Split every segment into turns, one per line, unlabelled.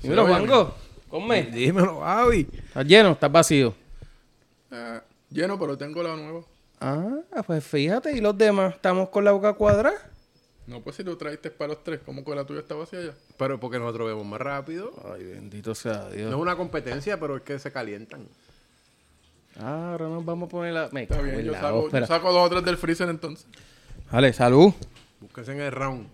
Dímelo, Juanco. Come.
Dímelo, Avi.
Estás lleno, estás vacío.
Eh, lleno, pero tengo la nueva.
Ah, pues fíjate, y los demás, estamos con la boca cuadrada.
No, pues si lo traiste para los tres, ¿cómo que la tuya está vacía ya?
Pero porque nosotros vemos más rápido.
Ay, bendito sea
No
Dios.
es una competencia, pero es que se calientan.
Ah, ahora nos vamos a poner la. Me
Está
cago
bien,
en
yo
la
saco, yo
ópera.
saco dos o tres del freezer entonces.
Vale, salud.
Búsquense en el round.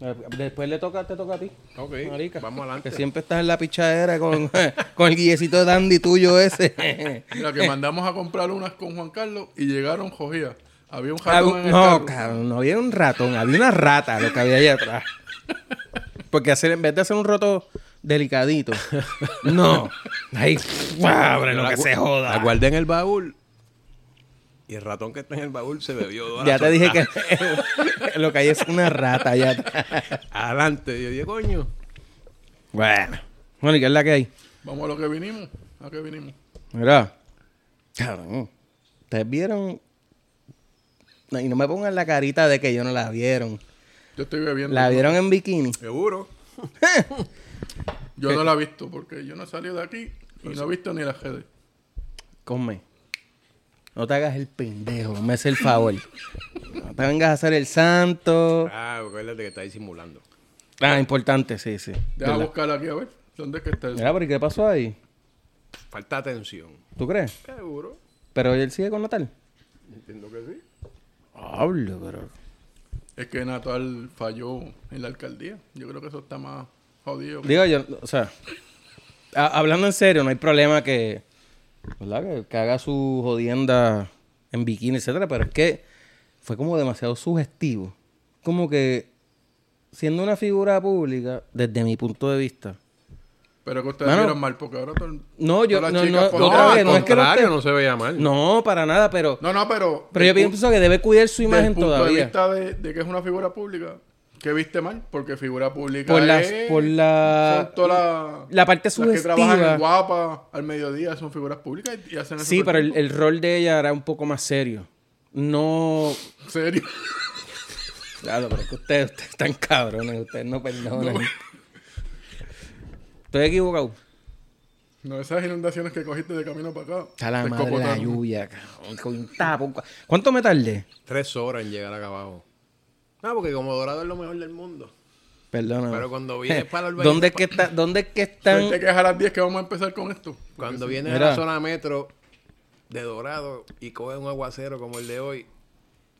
Eh, Después le toca, te toca a ti.
Ok,
Marica.
vamos adelante.
Que siempre estás en la pichadera con, con el guillecito de dandy tuyo ese.
Mira, que mandamos a comprar unas con Juan Carlos y llegaron jogidas. Había un
Ah,
ratón en
bu-
el
no,
carro.
cabrón, no había un ratón, había una rata lo que había allá atrás. Porque hacer, en vez de hacer un roto delicadito, no. Ahí, abre lo
La
que
gu-
se joda.
La guardé en el baúl. Y el ratón que está en el baúl se bebió. toda la
Ya te dije
torta.
que lo que hay es una rata allá atrás.
Adelante. Yo dije, coño.
Bueno. Bueno, ¿y qué es la que hay?
Vamos a lo que vinimos. ¿A qué vinimos?
Mira. Cabrón. Ustedes vieron. No, y no me pongan la carita de que yo no la vieron.
Yo estoy bebiendo.
La vieron en bikini.
Seguro.
Yo
eh,
no la he visto porque yo no he salido de aquí y
pues
no he visto ni la GD.
Come. No te hagas el pendejo, me hace el favor. No te vengas a hacer el santo.
Ah, acuérdate que está disimulando.
Ah, importante, sí, sí.
Deja
¿Verdad?
buscar aquí a ver. ¿Dónde es que está eso?
Mira, pero ¿y qué pasó ahí?
Falta atención.
¿Tú crees?
Seguro.
Pero él sigue con Natal.
Entiendo que sí.
Hablo, pero.
Es que Natal falló en la alcaldía. Yo creo que eso está más jodido.
Digo yo, o sea, a- hablando en serio, no hay problema que, ¿verdad? Que, que haga su jodienda en bikini, etcétera, pero es que fue como demasiado sugestivo. Como que siendo una figura pública, desde mi punto de vista.
Pero que ustedes
Mano.
vieron mal porque ahora... todo-
No, yo-
todas
no,
las chicas
no,
ponen-
otra
No,
vez,
al
no es que lo
contrario,
esté-
no se veía mal.
No, para nada, pero
No, no, pero...
pero yo
del pu-
pienso que debe cuidar su
del
imagen
punto de
todavía.
vista de, de que es una figura pública, ¿qué viste mal? Porque figura pública
Por las-
es-
por la-
son todas
la parte
Las que trabajan
sugestiva.
en Guapa al mediodía son figuras públicas y y hacen eso
Sí,
todo
pero el,
tiempo.
el rol de ella era un poco más serio. No,
¿En serio?
Claro, pero es que ustedes, ustedes están cabrones, ustedes no perdonan. Estoy equivocado.
No, esas inundaciones que cogiste de camino para acá.
Está la
te
madre la
escopotaron.
lluvia, cabrón. Con un tapo. ¿Cuánto me tardé?
Tres horas en llegar acá abajo. No, porque como Dorado es lo mejor del mundo.
Perdóname.
Pero cuando vienes para el
¿Dónde es que, está, ¿Dónde es que están?
Suerte que es a las 10 que vamos a empezar con esto.
Cuando viene a
Mira.
la zona metro de Dorado y coge un aguacero como el de hoy,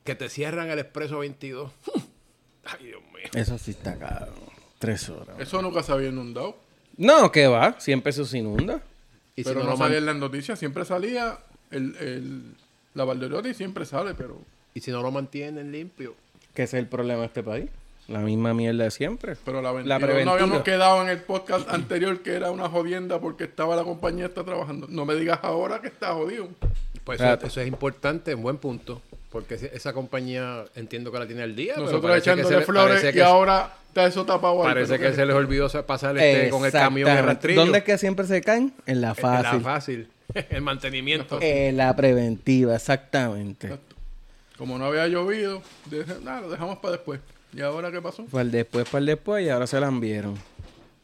que te cierran el expreso 22. Ay, Dios mío.
Eso sí está cabrón. Tres horas.
Eso nunca se había inundado.
No, que va. Siempre eso se inunda.
Y si
pero
no,
no,
lo
salía
man-
en las noticias. Siempre salía el, el, la Valderotti siempre sale, pero...
y si no lo mantienen limpio.
Que ese es el problema de este país. La misma mierda de siempre.
Pero la,
la
22 no
preventiva.
habíamos quedado en el podcast anterior que era una jodienda porque estaba la compañía está trabajando. No me digas ahora que está jodido.
Pues
Claro.
eso, eso es importante, un buen punto. Porque ese- esa compañía entiendo que la tiene al día. pero
Nosotros
parece que se
echándole
le-
flores
parece
y
que-
ahora está eso tapado ahí.
Parece
Pero
que se les olvidó sa- pasar este, con el camión de
Exactamente.
rastrillo.
¿Dónde es que siempre se caen? En la
En la
fácil. En la,
fácil. el mantenimiento.
preventiva, exactamente.
Exacto. Como no había llovido, dije, nada, lo dejamos para después. ¿Y ahora qué pasó?
Para el después, para el después, y ahora se la vieron.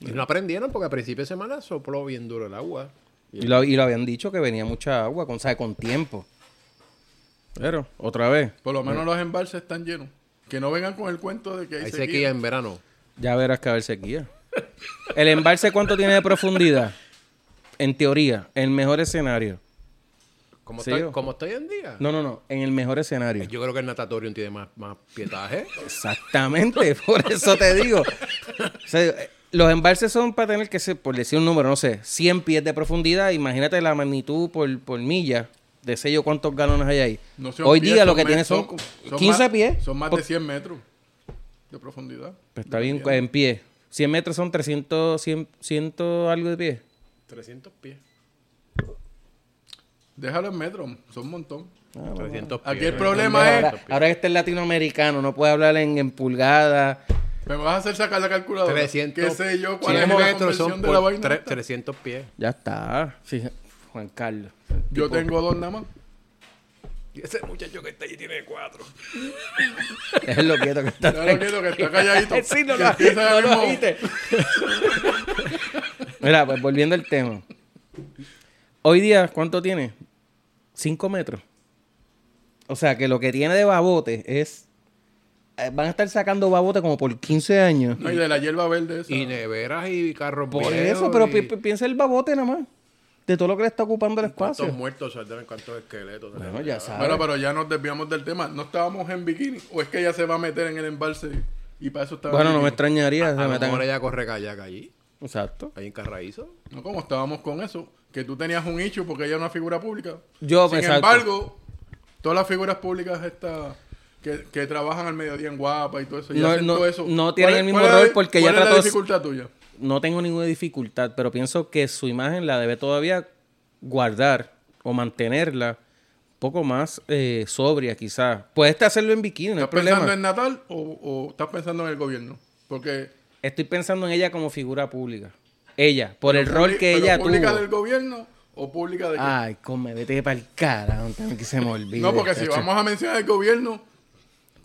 Y no aprendieron porque a principio de semana sopló bien duro el agua.
Y lo, y lo habían dicho que venía mucha agua, con, sabe, con tiempo. Pero, otra vez,
Por lo menos los embalses están llenos. Que no vengan con el cuento de que hay
Hay
sequía.
sequía en verano.
ya verás que va a haber sequía. ¿El embalse cuánto tiene de profundidad? En teoría, el mejor escenario.
Como,
Sí,
está,
yo.
como está hoy en día.
No, no, no, en el mejor escenario.
Yo creo que el natatorio tiene más, más pietaje.
Exactamente, por eso te digo. O sea, eh, los embalses son para tener que ser, por decir un número, no sé, 100 pies de profundidad. Imagínate la magnitud por, por milla. De sé yo cuántos galones hay ahí.
No son
Hoy
pies,
día lo
son
que
met-
tiene son,
son
15
más-
pies.
Son más
Por-
de 100 metros de profundidad.
pues está bien, en pie. 100 metros son 300, 100, 100 algo de pie.
300 pies.
Déjalo en metros, son un montón.
300 pies.
Aquí el problema es,
Ahora, ahora que este es latinoamericano, no puede hablar en, en pulgadas.
me vas a hacer sacar la calculadora.
300
¿Qué sé yo cuál
100
es la
metros
conversión
son
de la
por
vaina?
tre-
esta?
300 pies.
Ya está. Sí, Juan Carlos.
Yo tengo dos nada más.
Y ese muchacho que está allí tiene 4.
Es lo quieto que está.
Ya lo quiero que está calladito.
Sí, no
Que
lo-
empieza
no
ahora
lo
mismo.
oíste. Mira, pues volviendo al tema. Hoy día, ¿cuánto tiene? Cinco metros. O sea, que lo que tiene de babote es... eh, Van a estar sacando babote como por 15 años.
No, y de la hierba verde esa.
Y neveras y carros
Por
viejos
eso, pero
y
pi- pi- piensa el babote nada más. De todo lo que le está ocupando el
¿Cuántos
espacio.
muertos saldrán? ¿Cuántos esqueletos?
Bueno, ya sabes.
Bueno, pero ya nos desviamos del tema. No estábamos en bikini. O es que ella se va a meter en el embalse y para eso está.
Bueno, no Ah, me
bikini.
extrañaría. se
A lo
metan-
mejor ella corre kayak allí,
Exacto.
ahí en Carraízo.
No, como estábamos con eso. Que tú tenías un nicho porque ella es una figura pública.
Yo,
Sin
exacto.
embargo, todas las figuras públicas estas que, que trabajan al mediodía en guapa y todo eso. y
No-
hacen
no-
todo eso.
no
¿Cuál
tienen
es-
el mismo
cuál es la-
rol porque
cuál
ya
es la
trató-
dificultad tuya?
no tengo ninguna dificultad, pero pienso que su imagen la debe todavía guardar o mantenerla un poco más eh, sobria, quizás. Puedes hacerlo en bikini, no hay
¿Estás
problema.
pensando en Natal o, o estás pensando en el gobierno? Porque.
Estoy pensando en ella como figura pública. Ella, por el rol que
pero
ella
¿Pública del
tuvo.
gobierno o pública de qué?
Ay, come, vete para el cara, antes que se me olvide.
No, porque si
chacho.
vamos a mencionar el gobierno,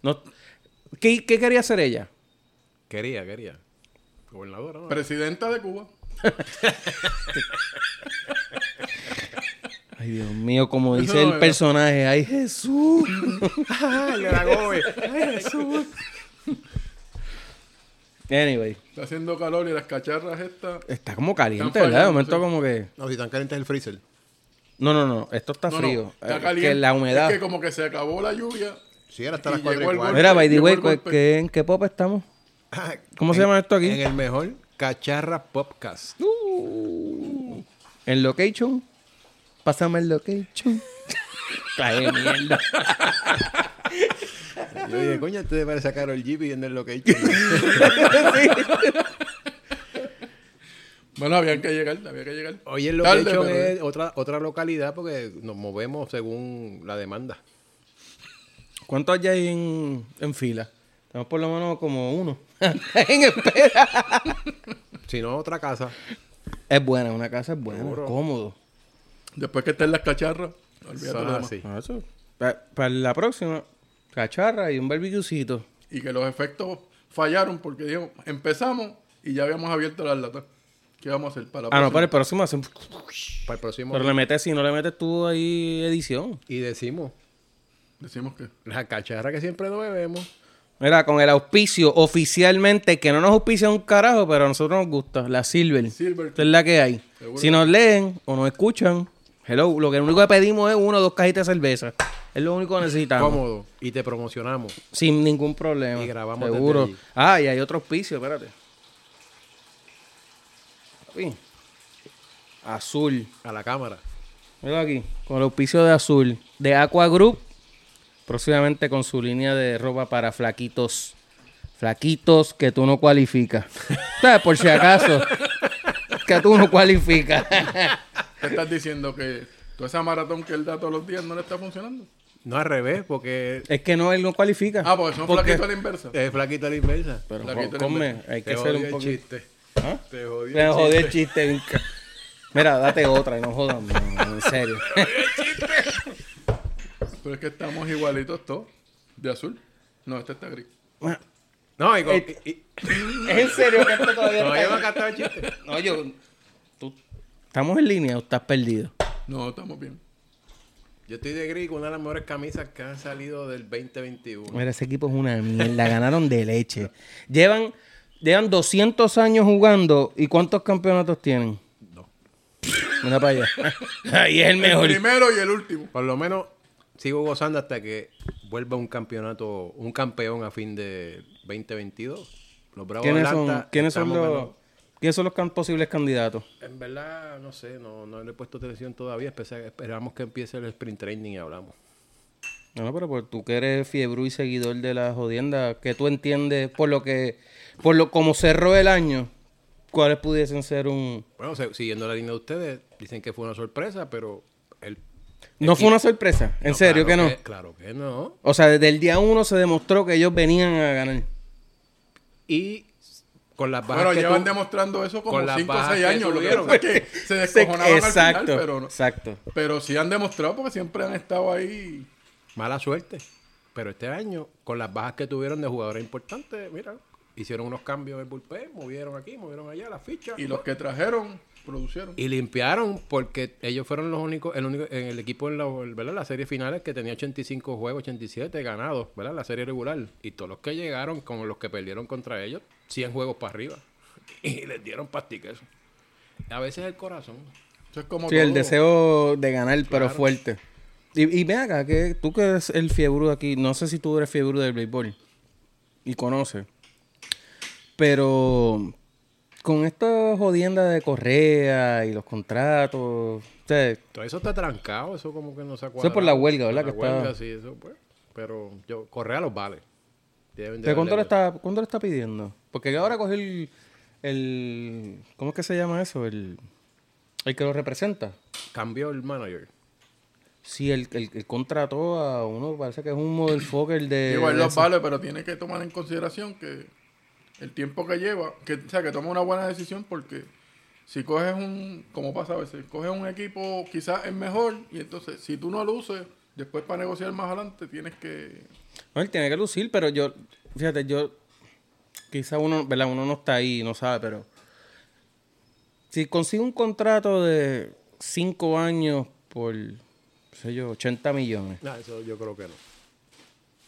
No- ¿Qué, qué quería hacer ella?
Quería, quería. Gobernadora, ¿no?
presidenta de Cuba.
Ay, Dios mío, como dice
no
el
era.
personaje, ay Jesús.
Ah,
¡Ay, le da gobe!
Anyway,
Está haciendo calor y las cacharras estas.
está como caliente,
Están
¿verdad? De
fallando,
momento
sí.
como que...
No, si tan caliente es el freezer.
No, no, no, esto está
No, no,
frío.
está
Eh,
caliente.
Que la humedad.
Es que como que se acabó la lluvia.
Sí, era hasta
Y
las 4
llegó
y
el
cuarto.
golpe.
Mira, by the
Llegó
way,
el
¿cu-
golpe.
qué- ¿en qué pop estamos? ¿Cómo se llama esto aquí? Uh.
En el mejor Cacharra Podcast.
¿En location? Pásame el location. Cae mierda.
Yo dije, coño, este te parece a Carol G pidiendo el location.
Bueno, había que llegar, había que llegar.
Hoy el
Tarde,
location
pero-
es otra, otra localidad porque nos movemos según la demanda.
¿Cuántos hay ahí en, en fila? Tenemos por lo menos como uno. en espera.
Si no, otra casa.
Es buena, una casa es buena, cómodo.
Después que estén las cacharras, olvídate
Eso es
lo demás.
así.
Ah, eso. Pa- Para la próxima, cacharra y un barbecuecito. Ah,
Y que los efectos fallaron porque digo, empezamos y ya habíamos abierto las latas. ¿Qué vamos a hacer para la
Ah, no, para el próximo
próxima?
hacemos...
Para el próximo.
Pero le metes, si no le metes tú ahí edición.
Y decimos,
Decimos que.
la cacharra que siempre nos bebemos.
Mira, con el auspicio oficialmente, que no nos auspicia un carajo, pero a nosotros nos gusta, la Silver.
Silver.
Esta es la que hay.
Seguro.
Si nos leen o nos escuchan, hello, lo que único que pedimos es una o dos cajitas de cerveza. Es lo único que necesitamos.
Cómodo. Y te promocionamos.
Sin ningún problema.
Y grabamos
Seguro.
desde allí.
Ah, y hay otro auspicio, espérate. Papi. Azul.
A la cámara.
Mira aquí, con el auspicio de Azul, de Aqua Group, próximamente con su línea de ropa para flaquitos. Flaquitos que tú no cualificas. ¿Sabes? Por si acaso, que tú no cualificas.
¿Qué estás diciendo? Que toda esa maratón que él da todos los días no le está funcionando.
No al revés, porque
es que no, él no cualifica.
Ah, porque son
Porque-
flaquitos a la inversa.
es flaquita la inversa.
Pero,
flaquito
jo-
en
come, hay que
Te
ser
jodí
un
el
poquito...
chiste.
¿Ah?
Te jodí
Me
el
jodí
chiste.
el chiste. bien ca- Mira, date otra y no jodas, no, en serio.
Pero es que estamos igualitos todos. De azul. No, este está gris.
No, y, con-
El-
y- y-
es en serio que esto todavía
todavía me
no
ha captado el chiste.
No, yo... ¿Tú estamos en línea o estás perdido?
No, estamos bien.
Yo estoy de gris con una de las mejores camisas que han salido del 2021.
Mira, ese equipo es una mierda. Ganaron de leche. Llevan, llevan 200 años jugando. ¿Y cuántos campeonatos tienen?
No.
Mira para allá. Ahí es el mejor.
El primero y el último.
Por lo menos sigo gozando hasta que vuelva un campeonato, un campeón a fin de 2022. Los Bravos de
¿Quiénes
Atlanta,
son, quiénes son
estamos
los, quiénes son los can- posibles candidatos?
ganando. En verdad, no sé, no, no le he puesto atención todavía. Espe- Esperamos que empiece el sprint training y hablamos.
No, no, pero por- tú que eres fiebre y seguidor de la jodienda, que tú entiendes por lo que, por lo como cerró el año, cuáles pudiesen ser un...
Bueno, se- siguiendo la línea de ustedes, dicen que fue una sorpresa, pero... El,
No fue una sorpresa, en
No,
serio
claro
que no.
Claro que no.
O sea, desde el día uno se demostró que ellos venían a ganar.
Y con las bajas
Bueno,
que
llevan
tú-
demostrando eso como
con las
5 o
bajas
6
que
años. Lo que
tuvieron.
pasa es que se descojonaban
exacto,
al final, pero, no-
exacto.
pero sí han demostrado porque siempre han estado ahí.
Mala suerte. Pero este año, con las bajas que tuvieron de jugadores importantes, mira, Hicieron unos cambios en el bullpen, movieron aquí, movieron allá las fichas.
Y los que trajeron, producieron.
Y limpiaron porque ellos fueron los únicos, el único, en el equipo en la, ¿verdad? las series finales que tenía 85 juegos, 87 ganados, ¿verdad? La serie regular. Y todos los que llegaron, con los que perdieron contra ellos, 100 juegos para arriba. Y les dieron pastiques. A veces el corazón.
Eso es como
Sí, el
todo.
deseo de ganar, pero fuerte. Y, y ven acá, que tú que eres el fiebre aquí, no sé si tú eres fiebre del béisbol y conoces, pero con esta jodienda de Correa y los contratos, o sea,
Todo eso está trancado, eso como que no se acuerda.
Eso es por la huelga, ¿verdad?
La
Que está-
huelga, sí, eso, pues. Pero yo, Correa los vale. Deben de
¿de cuánto, le
darle-
está, cuánto le está pidiendo? Porque ahora cogió el, el- ¿Cómo es que se llama eso? El, el que lo representa.
Cambió el manager.
Sí, el, el, el contrató a uno, parece que es un model fucker de...
Igual
de
los
esa-
vale, pero tiene que tomar en consideración que el tiempo que lleva, que, o sea, que toma una buena decisión porque si coges un, como pasa a veces, coges un equipo quizás es mejor y entonces si tú no luces, después para negociar más adelante tienes que...
No, él tiene que lucir, pero yo, fíjate, yo, quizá uno, ¿verdad? Uno no está ahí, no sabe, pero si consigo un contrato de cinco años por, no sé yo, 80 millones,
No, eso yo creo que no.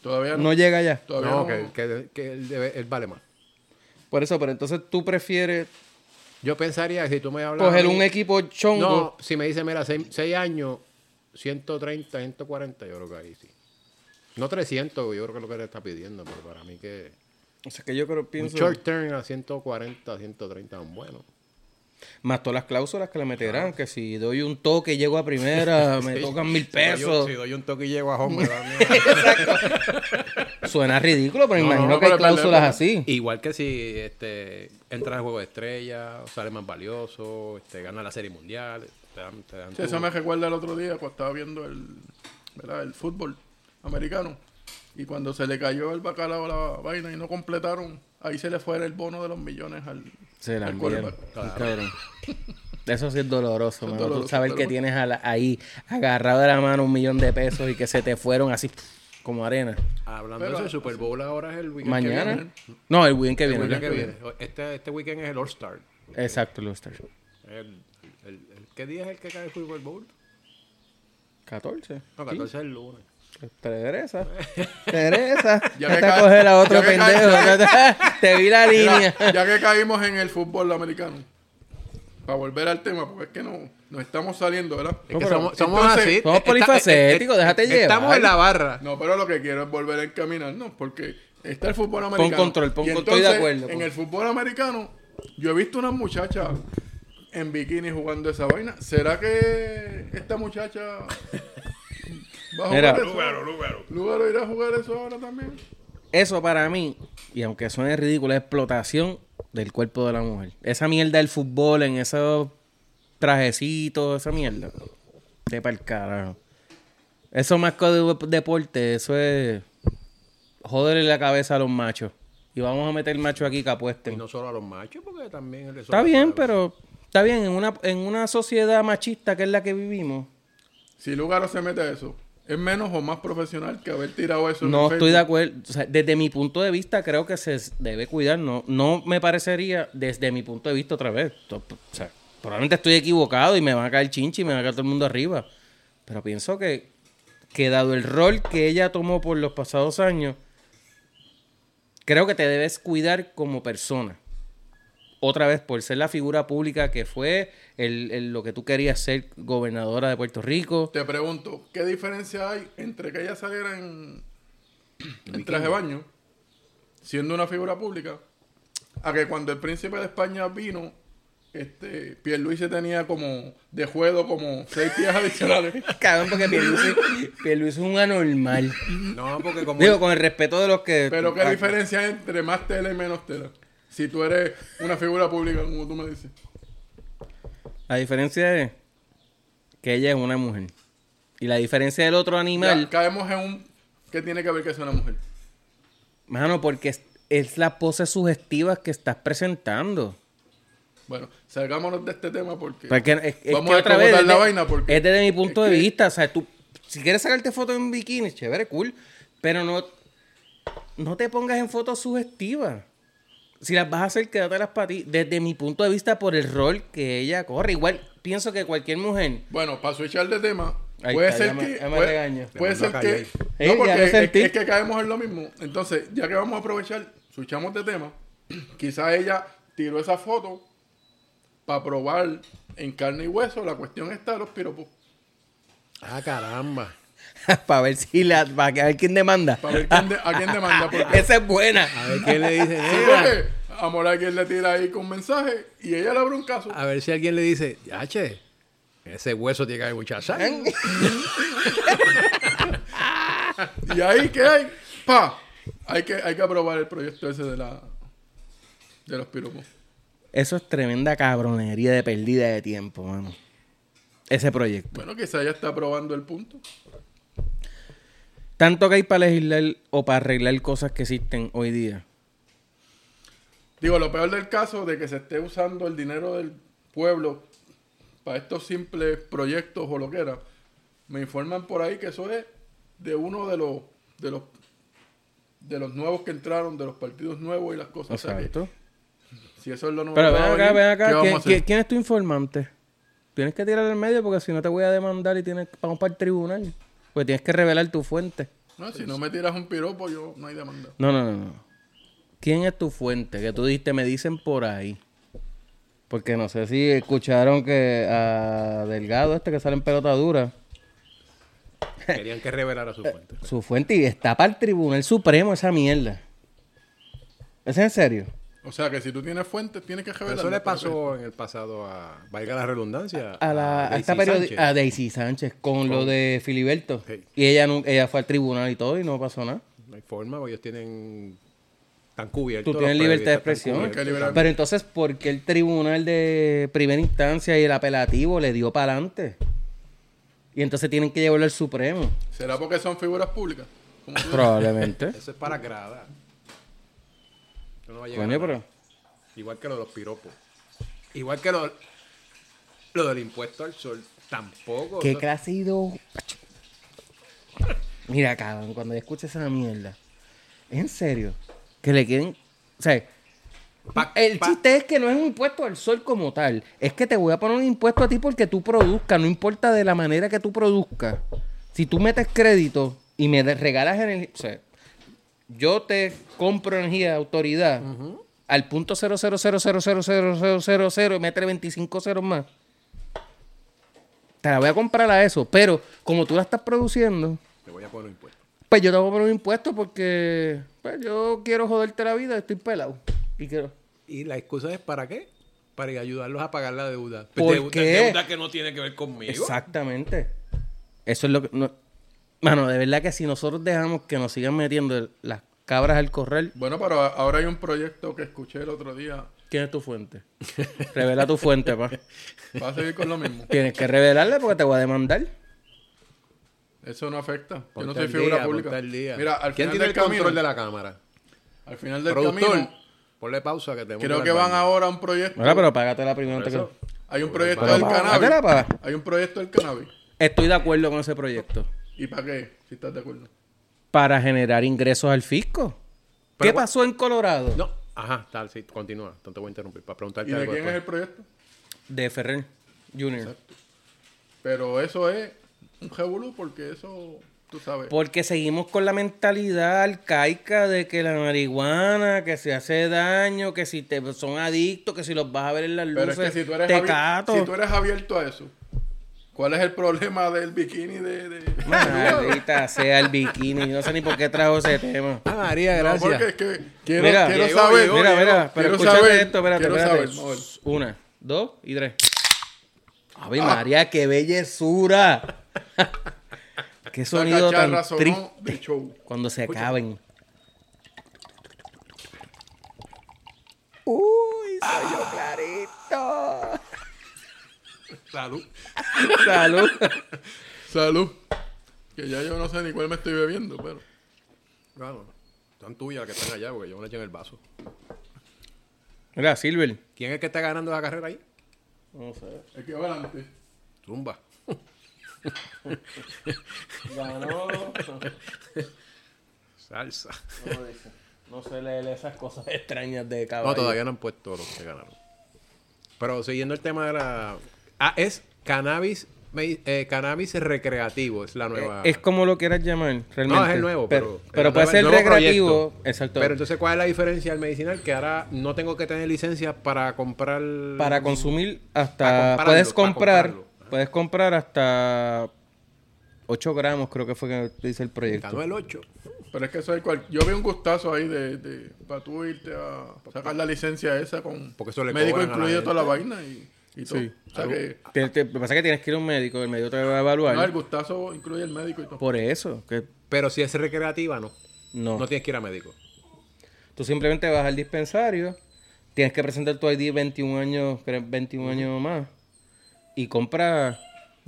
Todavía no.
no llega ya.
todavía
no,
no,
que, que- que él, debe- él vale más.
Por eso, pero entonces tú prefieres
Yo pensaría que si tú me hablas.
coger
a mí-
un equipo chongo.
No, si me dice, mira, 6 años, 130, 140, yo creo que ahí sí. No 300, yo creo que es lo que le está pidiendo, pero para mí que.
O sea, que yo creo,
Un
pienso...
short term a 140, 130, bueno.
Más todas las cláusulas que le meterán, que si doy un toque y llego a primera, me tocan mil pesos.
Si doy un toque y llego a home.
Suena ridículo, pero me
No,
imagino
no,
que hay
pero- pero-
cláusulas
pero-
así.
Igual que si este, entra al juego de estrella, sale más valioso, este, gana la serie mundial, te dan, te dan
Sí,
tu-
eso me recuerda el otro día cuando estaba viendo el, ¿verdad? el fútbol americano. Y cuando se le cayó el bacalao a la vaina y no completaron, ahí se le fue el bono de los millones al,
Se la
al
enviaron.
quarterback.
Un cabrón. Eso sí es doloroso, mano. Tú
doloroso,
sabes
pero
que
bueno.
tienes a la- ahí agarrado de la mano un millón de pesos y que se te fueron así como arena.
Hablando
Pero-
de eso, el Super Bowl ahora es el weekend que viene.
Mañana. No, el weekend que
El
viene.
weekend que
¿no?
viene. Este, este weekend es el All-Star.
Exacto, Luster.
El- el- el- ¿Qué día es el que cae el Super Bowl?
14.
No, 14 es el lunes.
Te regresa. Te regresa. Ya
Ya que
te
ca-
coger a otro
ya que
pendejo. Te vi la línea.
Mira, ya que caímos en el fútbol americano, para volver al tema, porque es que no, nos estamos saliendo, ¿verdad?
Es que
pero
somos, somos
entonces-
así.
somos
Está-
polifacéticos,
eh, eh,
déjate llevar.
Estamos en la barra.
No, pero lo que quiero es volver a encaminarnos, porque está el fútbol
Pon
americano.
control, pon
Y
control, estoy de
entonces,
acuerdo,
En
pon-
el fútbol americano, yo he visto unas muchachas en bikini jugando esa vaina. ¿Será que esta muchacha va a jugar
Mira.
eso? Lugaro irá a jugar eso ahora también.
Eso para mí, y aunque suene ridículo, es explotación del cuerpo de la mujer. Esa mierda del fútbol en esos trajecitos, esa mierda. De pa'l carajo. Eso más que de- deporte, eso es joderle la cabeza a los machos. Y vamos a meter macho aquí que
Y
apuesten.
no solo a los machos, porque también... el-
está bien, pero está bien. En una, en una sociedad machista que es la que vivimos,
Si Lugaro se mete a eso, ¿es menos o más profesional que haber tirado eso? en
No
el
estoy de
Facebook?
acuerdo. O sea, desde mi punto de vista, creo que se debe cuidar. No, no me parecería, desde mi punto de vista, otra vez. to- O sea, probablemente estoy equivocado y me van a caer chinchi y me va a caer todo el mundo arriba. Pero pienso que, que dado el rol que ella tomó por los pasados años, creo que te debes cuidar como persona. Otra vez, por ser la figura pública que fue, el- el- lo que tú querías ser gobernadora de Puerto Rico.
Te pregunto, ¿qué diferencia hay entre que ella saliera en, en traje de baño, siendo una figura pública, a que cuando el príncipe de España vino, este, Pierluisi tenía como de juego como seis pies adicionales?
Cabrón, porque Pierluisi, Pierluisi es un anormal.
No, porque como...
Digo, con el respeto de los que...
Pero ¿qué diferencia hay entre más tela y menos tela? Si tú eres una figura pública, como tú me dices.
La diferencia es que ella es una mujer. Y la diferencia del otro
Ya,
animal,
caemos en un... ¿Qué tiene que ver que sea una mujer?
mano, porque es, es la pose sugestiva que estás presentando.
Bueno, salgámonos de este tema porque...
Porque es, es
Vamos
que
a
otra vez,
acomodar
es
la
de-
vaina porque
es desde mi punto
es
de
que-
vista. O sea, tú, si quieres sacarte fotos en bikini, chévere, cool. Pero no, no te pongas en fotos sugestivas. si las vas a hacer, quédatelas para ti. Desde mi punto de vista, por el rol que ella corre. Igual pienso que cualquier mujer.
Bueno, para switchar de tema,
Ahí
puede
está,
ser
ya me-
que.
ya me
puede-
regañó.
puede
Ya
ser
me
que.
regañó.
No,
Ey, ya
porque
lo
es,
sentí.
es que caemos en lo mismo. Entonces, ya que vamos a aprovechar, switchamos de tema. Quizás ella tiró esa foto para probar en carne y hueso la cuestión está de los piropos.
Ah, caramba.
para ver si la. Para que- a ver quién demanda.
Para ver quién de- a quién demanda. Porque,
Esa es buena.
A ver qué le dice.
Sí,
"Nena".
porque a Moral que le tira ahí con mensaje y ella le abre un caso.
A ver si alguien le dice, Yache, ese hueso tiene que haber mucha sangre.
Y ahí que hay, pa. Hay que, hay que aprobar el proyecto ese de la de los piropos.
Eso es tremenda cabronería de pérdida de tiempo, mano. Ese proyecto.
Bueno, quizá ella está aprobando el punto.
Tanto que hay para legislar o para arreglar cosas que existen hoy día.
Digo, lo peor del caso de que se esté usando el dinero del pueblo para estos simples proyectos o lo que era. Me informan por ahí que eso es de uno de los de los de los nuevos que entraron, de los partidos nuevos y las cosas. O sea, que
Exacto.
si eso es lo nuevo,
Pero
que
ven
va a
acá,
venir,
ven
¿qué
acá.
vamos
¿Quién,
a hacer?
quién- quién es tu informante? Tienes que tirar al medio porque si no te voy a demandar y tienes vamos para el tribunal. Porque tienes que revelar tu fuente.
No, si no me tiras un piropo, yo no hay demanda.
No, no, no, no. ¿Quién es tu fuente? Que tú dijiste, me dicen por ahí. Porque no sé si escucharon que a Delgado, este que sale en pelota dura,
Querían que revelara su fuente.
su fuente y está para el Tribunal Supremo esa mierda. ¿Es en serio?
O sea, que si tú tienes fuentes, tienes que revelar.
Eso le pasó en el pasado a, valga la redundancia,
A, la, a
Daisy
esta periodi-
Sánchez.
a Daisy Sánchez con lo de Filiberto.
Ok.
Y ella, nu- ella fue al tribunal y todo y no pasó nada.
No hay forma, porque ellos tienen. Están cubiertos.
Tú tienes
los
libertad de
periodistas, están
expresión.
Hay que liberar-
Pero entonces, ¿por qué el tribunal de primera instancia y el apelativo le dio para adelante? Y entonces tienen que llevarlo al Supremo.
¿Será porque son figuras públicas? Como tú-
Probablemente.
Eso es para agradar. Eso no va a llegar
Coño,
a nada.
pero
Igual que lo de los piropos. Igual que lo, lo del impuesto al sol. Tampoco.
qué
eso-
clase de ido- Mira, cabrón, cuando yo escucho esa mierda. En serio. Que le quieren. O sea,
pa-
el
pa-
chiste es que no es un impuesto al sol como tal. Es que te voy a poner un impuesto a ti porque tú produzcas, no importa de la manera que tú produzcas. Si tú metes crédito y me de- regalas energía. O sea, yo te compro energía de autoridad al punto 0.00000000 y meter 25 ceros más. Te la voy a comprar a eso. Pero como tú la estás produciendo,
Le voy a poner un impuesto.
pues yo te voy a poner un impuesto porque pues, yo quiero joderte la vida, estoy pelado. Y quiero.
¿Y la excusa es para qué? Para ayudarlos a pagar la deuda. Pues
¿Por
deuda,
qué?
deuda que no tiene que ver conmigo.
Exactamente. Eso es lo que. No... Mano, de verdad que si nosotros dejamos que nos sigan metiendo el- las cabras al corral,
Bueno, pero a- ahora hay un proyecto que escuché el otro día.
¿quién es tu fuente? Revela tu fuente, pa.
Va a seguir con lo mismo.
Tienes que revelarle porque te voy a demandar.
Eso no afecta. Yo no
Ponte
soy
al
figura
día,
pública.
ponte al día.
Mira, al
¿Quién
final
tiene
del
el control
camino,
de la cámara?
al final del
Productor.
camino,
Ponle pausa que tenemos
creo
ir
que
al
van
baño.
ahora a un proyecto.
Mira, pero págatela primero antes
Eso.
que-
Hay un proyecto
Pero
del
pa-
cannabis.
dátela, pa.
Hay un proyecto del cannabis.
Estoy de acuerdo con ese proyecto.
¿Y para qué? Si estás de acuerdo.
Para generar ingresos al fisco.
Pero
¿Qué
gua-
pasó en Colorado?
No, ajá, tal, sí, continúa. No te voy a interrumpir para preguntarte
¿Y de
algo
quién es el
después.
proyecto?
De Ferrer Jr.
Pero eso es un revolú porque eso, tú sabes.
Porque seguimos con la mentalidad arcaica de que la marihuana, que se hace daño, que si te son adictos, que si los vas a ver en las
Pero
luces,
es que si tú, eres
te
abier-
cato.
si tú eres abierto a eso, ¿cuál es el problema del bikini de...? de...
Maldita sea el bikini. Yo no sé ni por qué trajo ese tema.
Ah, María,
No,
gracias.
porque es que quiero,
mira,
quiero
llegó,
saber.
llegó,
mira,
Diego,
mira, pero
quiero
escúchate
saber,
esto, espérate,
quiero
espérate.
saber, Manuel.
Una, dos y tres. Ave María, qué bellezura. qué
Esa
sonido
cacharra
tan
sonó
triste
de show.
cuando se acaben.
Salud.
Salud.
Salud. Que ya yo no sé ni cuál me estoy bebiendo, pero.
Vamos. Son tuyas las que están allá porque yo me la eché en el vaso.
Mira, Silver.
¿Quién es el que está ganando la carrera ahí?
No sé.
El que va adelante.
Rumba.
Ganó.
Salsa.
No sé leer esas cosas extrañas de caballo.
No, todavía no han puesto los que ganaron. Pero siguiendo el tema de la... Ah, es cannabis, me- eh, cannabis recreativo, es la nueva...
Eh, Es como lo quieras llamar, realmente.
No, es el nuevo, pero...
Pero,
el
puede
nuevo-
ser
el nuevo
recreativo.
proyecto.
Exacto.
Pero entonces, ¿cuál es la diferencia del medicinal? Que ahora no tengo que tener licencia para comprar...
para consumir hasta...
Para comprarlo,
puedes
para
comprar...
comprarlo.
puedes comprar hasta... 8 gramos creo que fue que dice el proyecto.
Ganó el 8.
Pero es que eso hay cual... Yo vi un gustazo ahí de, de para tú irte a sacar la licencia esa con
Porque eso le
médico
cobran a la
incluido toda la
gente.
vaina y, y todo. O sea que
Te- te- lo que pasa es que tienes que ir a un médico, el médico te va a evaluar.
no, el gustazo incluye el médico y todo.
Por eso, que
Pero si es recreativa, no.
no.
No tienes que ir a médico.
Tú simplemente vas al dispensario, tienes que presentar tu ID 21 años, creo, 21 años más, y compras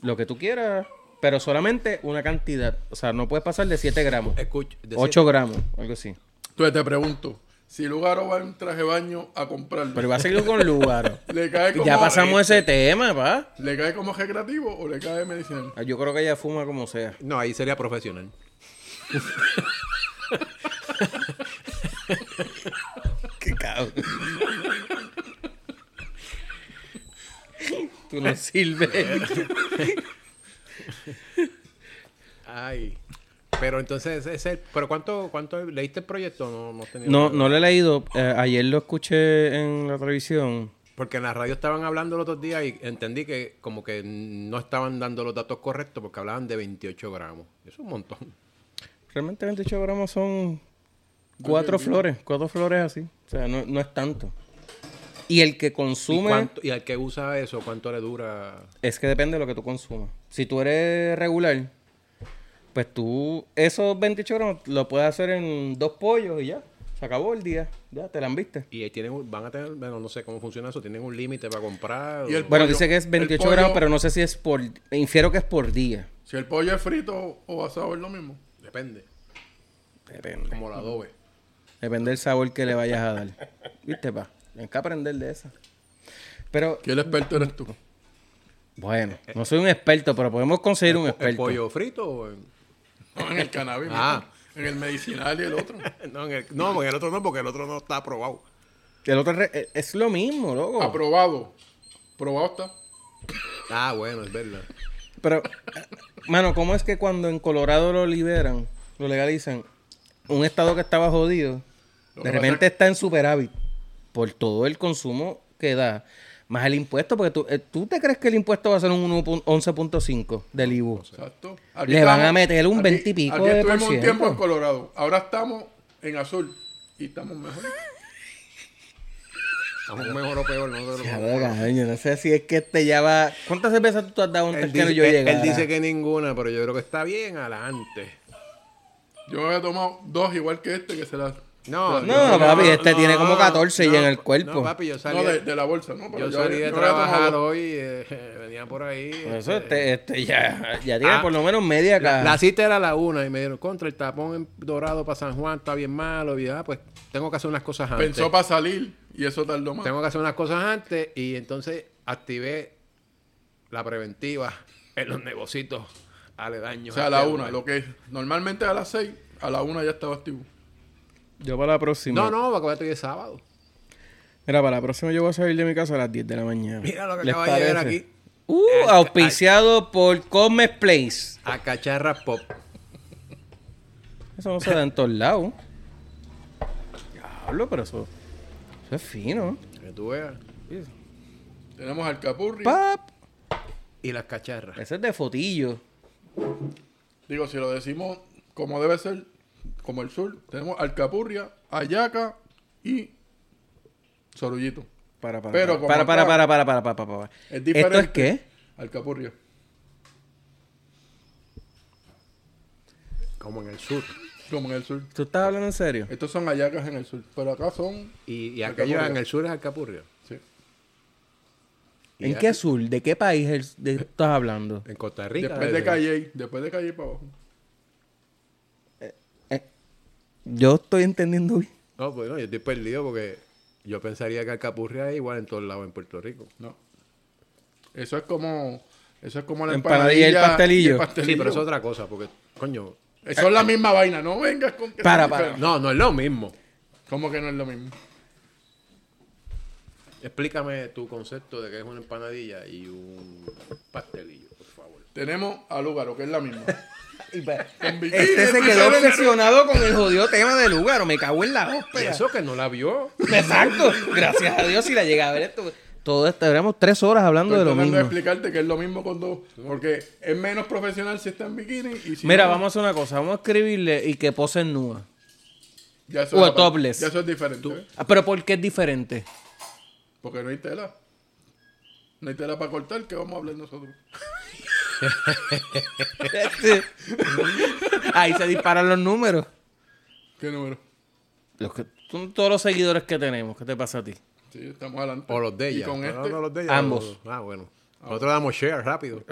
lo que tú quieras, pero solamente una cantidad. O sea, no puedes pasar de 7 gramos,
Escucha, de
8 gramos, algo así.
Entonces te pregunto, si Lugaro va en traje de baño a comprarlo,
Pero va a seguir con Lugaro.
¿le cae como
ya pasamos ese tema, pa.
le cae como recreativo o le cae medicinal?
Ah, Yo creo que ella fuma como sea.
siete- No, ahí sería profesional.
Qué cabrón. Tú no sirves.
Ay. Pero entonces, ese es el... ¿Pero cuánto, cuánto leíste el proyecto? No, no, has tenido-
No, no lo he leído. Eh, ayer lo escuché en la televisión.
Porque en la radio estaban hablando los otros días y entendí que como que no estaban dando los datos correctos porque hablaban de 28 gramos. Eso es un montón.
Realmente 28 gramos son cuatro flores, cuatro flores así. O sea, no, no es tanto. Y el que
¿Y,
consume
cuánto- y al que usa eso, ¿cuánto le dura?
es que depende de lo que tú consumas. Si tú eres regular, pues tú esos 28 gramos lo puedes hacer en dos pollos y ya. Se acabó el día. Ya te la viste.
Y ahí tienen, un- van a tener, bueno, no sé cómo funciona eso, tienen un límite para comprar.
Y el-
o-
Bueno,
pollo.
dice que es
El
28
pollo-
gramos, pero no sé si es por... Infiero que es por día.
Si el pollo es frito o asado es lo mismo.
Depende,
Depende.
como la adobe.
Depende del sabor que le vayas a dar. ¿Viste, pa? Tienes que aprender de esa. Pero
¿Qué el experto eres tú?
Bueno, no soy un experto, pero podemos conseguir un
¿El
experto.
pollo frito o en-
No, en el cannabis.
Ah.
En el medicinal y el otro.
No, en el- no, porque el otro no, porque el otro no está aprobado.
El otro re- eh, es lo mismo,
Oh.
loco.
Aprobado. Aprobado está.
Ah, bueno, es verdad.
pero, eh, mano, ¿cómo es que cuando en Colorado lo liberan, lo legalizan, un estado que estaba jodido,
Lo
de
que pasa
repente
es-
está en superávit por todo el consumo que da, más el impuesto, porque tú, eh, ¿tú te crees que el impuesto va a ser un 1 pun- 11.5 del IBU?
Exacto.
Le van a meter un 20 y pico
aquí
de por
estuvimos un
ciento.
tiempo en Colorado. Ahora estamos en azul. Y estamos mejor.
Estamos mejor o peor, no te lo-
Ya, loca, yo no sé si es que este ya va... ¿Cuántas cervezas tú has dado antes
Él
que
dice,
yo
él- él
llegara?
dice que ninguna, pero yo creo que está bien adelante.
Yo me había tomado dos igual que este que se las...
No,
No, papi, este tiene como 14 ya en el cuerpo.
No, papi, yo salí,
no, de, de la bolsa, ¿no?
yo
Pero
salí de
yo había
trabajar
tomado dos.
hoy, eh, venía por ahí.
Por eso
este,
este, este ya, ya tiene
Ah,
por lo menos media
la,
caja.
la cita era a la una y me dieron contra el tapón en dorado para San Juan, está bien malo. Y ah, pues tengo que hacer unas cosas antes.
Pensó para salir y eso tardó más.
Tengo que hacer unas cosas antes y entonces activé la preventiva en los negocitos
O
aledaños.
sea, a la
Este,
una. Lo que normalmente a las seis, a la una ya estaba activo.
Yo para la próxima.
No, no, porque estoy de sábado.
Mira, para la próxima yo voy a salir de mi casa a las 10 de la mañana.
Mira lo que
¿Les
acaba de llegar
parece?
aquí. Eh,
Uh,
Ay,
auspiciado por Comes Place.
A cacharras pop.
Eso no se da en todos lados. Diablo, pero eso, eso es fino.
Que tú veas.
Tenemos al Capurri.
Pap.
Y las cacharras.
Ese es de fotillo.
Digo, si lo decimos como debe ser, como el sur, tenemos Alcapurria, Ayaca y Sorullito.
Para, para,
Pero como
para, para, para,
acá-
para, para, para, para, para.
Es
¿Esto es
diferente.
qué?
Alcapurria.
Como en el sur.
Como en el sur.
¿Tú estás hablando en serio?
Estos son Ayacas en el sur. Pero acá son.
Y, y
Acapurria.
aquello en el sur es Acapurrio.
Sí.
Y
¿En
ya-
qué sur? ¿De qué país es- de- estás hablando?
En Costa Rica. eh.
Después de
desde-
Calle, después de Calle para abajo.
Yo estoy entendiendo bien.
No, pues no, yo estoy perdido porque yo pensaría que Acapurria es igual en todos lados en Puerto Rico.
No. Eso es como. Eso es como la
Empanadilla y el pastelillo.
Sí, pero eso es otra cosa porque, coño.
Eso es la misma vaina. No vengas con que
Para,
sea
para.
diferente.
No, no es lo mismo.
¿Cómo que no es lo mismo?
Explícame tu concepto de que es una empanadilla y un pastelillo, por favor.
Tenemos a Lugaro, que es la misma.
Y pa-
Con bikini,
Este se
tú
quedó
sabes,
obsesionado con el jodido tema de lugar, o me cago en la
Y
ópera.
eso que no la vio.
Exacto. Gracias a Dios si la llega a ver esto. Todo esto, éramos tres horas hablando de
Estoy
lo
tratando de
mismo.
explicarte que es lo mismo con dos. Porque es menos profesional si está en bikini y si
Mira,
no,
vamos a hacer una cosa, vamos a escribirle y que posen nua.
ya eso
o
es aparte.
topless.
Ya eso es diferente. ¿eh?
Ah, Pero ¿por qué es diferente?
Porque no hay tela. No hay tela para cortar, que vamos a hablar nosotros.
Este- Ahí se disparan los números.
¿Qué número?
Los que- son todos los seguidores que tenemos. ¿Qué te pasa a ti?
Sí, estamos adelante.
O los de ella.
Y con
No,
este,
no, no, los de ella.
Ambos.
Ah, bueno. Nosotros damos share rápido.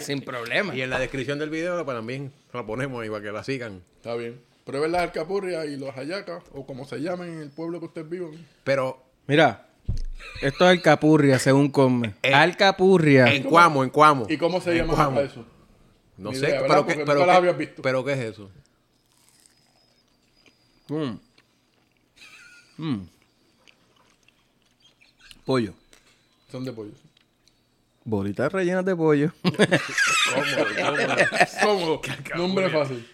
Sin problema.
Y en la descripción del video para también la ponemos ahí para que la sigan.
está bien. Prueben las alcapurrias y los hallacas, o como se llamen en el pueblo que ustedes viven.
Pero
Mira, esto es alcapurria, según come. Alcapurria.
en Cuamo, en Cuamo.
¿Y cómo se
En
llama
Cuamo.
eso?
No
Ni
sé,
idea, ¿verdad?
pero,
Porque
qué,
nunca
pero,
las
qué-
habías visto.
pero ¿qué es eso?
Mm. Mm. Pollo.
Son de pollo.
Bolitas rellenas de pollo.
Cómodo. Nombre fácil.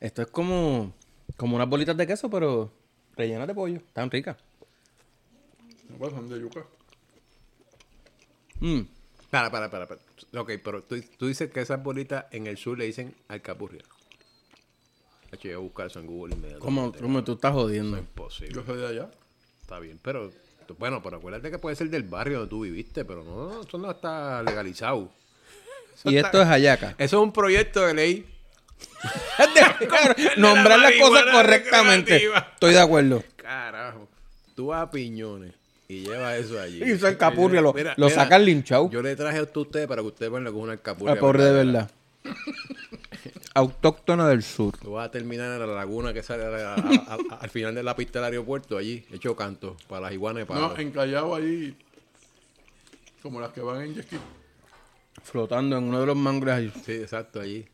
Esto es como, como unas bolitas de queso, pero rellenas de pollo. Están ricas.
No pues, son de yuca.
Mm.
Para, para, para. para. Ok, pero tú, tú dices que esas bolitas en el sur le dicen alcapurria. De hecho, yo voy a buscar eso en Google
Como,
inmediatamente.
como tú estás jodiendo.
Imposible.
Yo soy de allá.
Está bien, pero... tú- Bueno, pero acuérdate que puede ser del barrio donde tú viviste, pero no, eso no está legalizado. Eso
Y
está-
esto es hallaca.
Eso es un proyecto de ley.
Nombrar las cosas
marihuana
correctamente.
recreativa.
Estoy de acuerdo.
Carajo. Tú vas a piñones y llevas eso allí.
Y eso es capurria, lo-
Mira,
lo
mira,
sacan linchau.
Yo le traje esto a ustedes para que ustedes vean lo que es una capurria.
La pobre de verdad. Autóctona del sur.
Tú vas a terminar en la laguna que sale a la- a- a- al final de la pista del aeropuerto, allí, hecho canto, para las iguanas de palo.
No, en Callao ahí. Como las que van en jet ski.
Flotando en uno de los mangles ahí.
Sí, exacto, allí.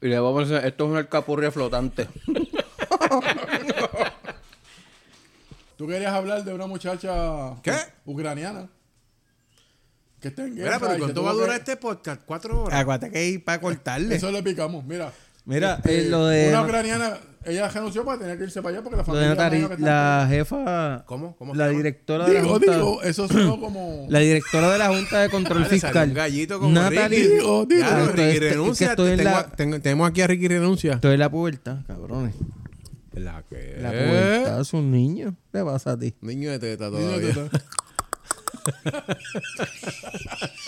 Y le vamos a decir, esto es una alcapurria flotante.
Tú querías hablar de una muchacha.
¿Qué?
Ucraniana. Que está en guerra.
Mira, pero
y se
¿cuánto
tuvo
va a durar
que-
este podcast? ¿Cuatro horas?
Aguanta que ir para cortarle.
Eso le picamos, mira. Este,
Mira,
Eh, lo de-
Una ucraniana, ella renunció para tener que irse para allá porque la
Lo
familia.
de
imagino
Natari,
que está-
la jefa.
¿Cómo? ¿Cómo se
Ah, La
llama?
directora de la
Digo,
Junta.
digo, eso sonó como.
La directora de la Junta de Control
Ah, le salió
Fiscal.
un gallito como
Natalie.
Ricky.
Digo, digo.
Ya,
Claro,
esto es-
Pues Ricky
es que
renuncia.
estoy en
Tengo-
la-
tengo- tenemos aquí a Ricky renuncia.
Esto es la pubertad, cabrones.
La que.
La pubertad es un niño. ¿Qué pasa a ti?
Niño de teta
Niño,
todavía.
tata.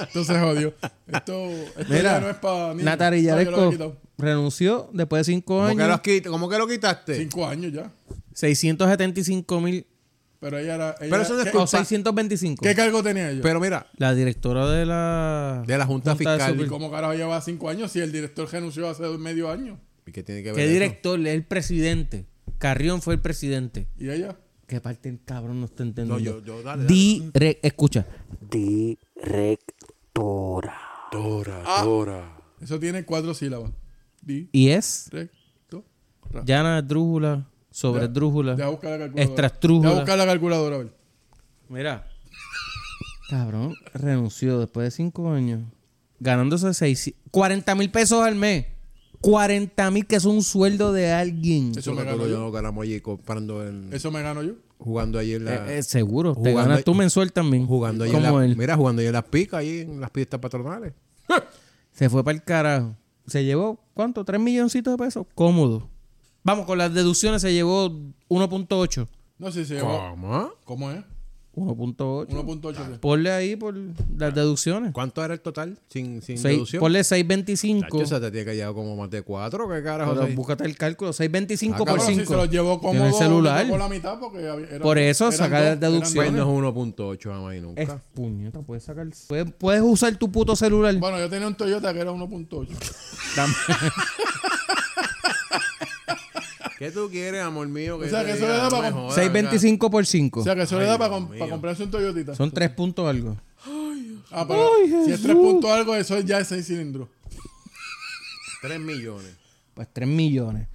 Entonces jodió. Esto, esto ya
Mira,
no es para
Natari Yaresco renunció después de cinco
¿Cómo que, lo
años.
has quit- cómo que lo quitaste?
Cinco años ya.
675 mil
Pero ella era. ella-
Pero eso no es
¿qué,
o
culpa-
625.
qué cargo tenía ella?
Pero mira,
La directora de la...
De la Junta Fiscal.
Super-
¿Y cómo carajo llevaba cinco años si el director renunció hace medio año?
¿y qué tiene que ver?
¿Qué
eso?
director? El presidente. Carrión fue el presidente.
¿Y ella?
¿Qué parte el cabrón no está entendiendo?
No, yo- yo- dale, dale.
Direc- Escucha.
Directora.
Eso tiene cuatro sílabas.
Y es
Directo.
llana drújula, sobre drújula.
Ya busca la calculadora.
Extrastrújula.
Ya busca la calculadora, a ver.
Mira. Cabrón, renunció después de cinco años. Ganándose seis, 40 mil pesos al mes. 40 mil, que es un sueldo de alguien.
Eso
Eso
me
que
gano
tú
yo.
yo ganamos allí comprando en,
Eso me gano yo.
jugando allí en la
Eh, eh, seguro. Te
Jugando
ganas
ahí-
tú mensual también.
jugando allí en
Como
la-
él.
mira jugando allí en las picas ahí en las pistas patronales.
Se fue para el carajo. Se llevó, ¿cuánto? ¿Tres milloncitos de pesos? Cómodo. Vamos, con las deducciones se llevó 1.8.
No sé si se llevó.
¿Cómo?
¿Cómo es?
1.8.
1.8.
Ponle ahí por las deducciones.
¿Cuánto era el total sin, sin
Seis-
deducción?
ponle
Chacho,
6.25.
esa te tiene que llevar como más de cuatro, qué carajo.
Pero
seis?
búscate el cálculo.
Ah,
6.25 por
Bueno,
cabrón,
si se los
5.
llevó como
Tiene el
dos,
celular.
le tocó la mitad porque había- eran-
Por eso,
eran
saca
dos,
las deducciones.
Pues
eran
no
dos.
es 1.8 jamás y nunca.
Es puñeta, puedes sacar. Puedes, puedes usar tu puto celular.
Bueno, yo tenía un Toyota que era 1.8.
¿Qué tú quieres, amor mío?
O sea,
te
que eso
diga?
le da
No
para
me
con-
jodas,
6.25 por 5.
O sea, que eso le da para, com-
Dios
para
mío.
comprarse un Toyotita.
Son 3 puntos algo.
Ah, pero
Ay,
si es
Jesús.
3 puntos algo, eso ya es 6 cilindros.
Tres millones.
Pues 3 millones.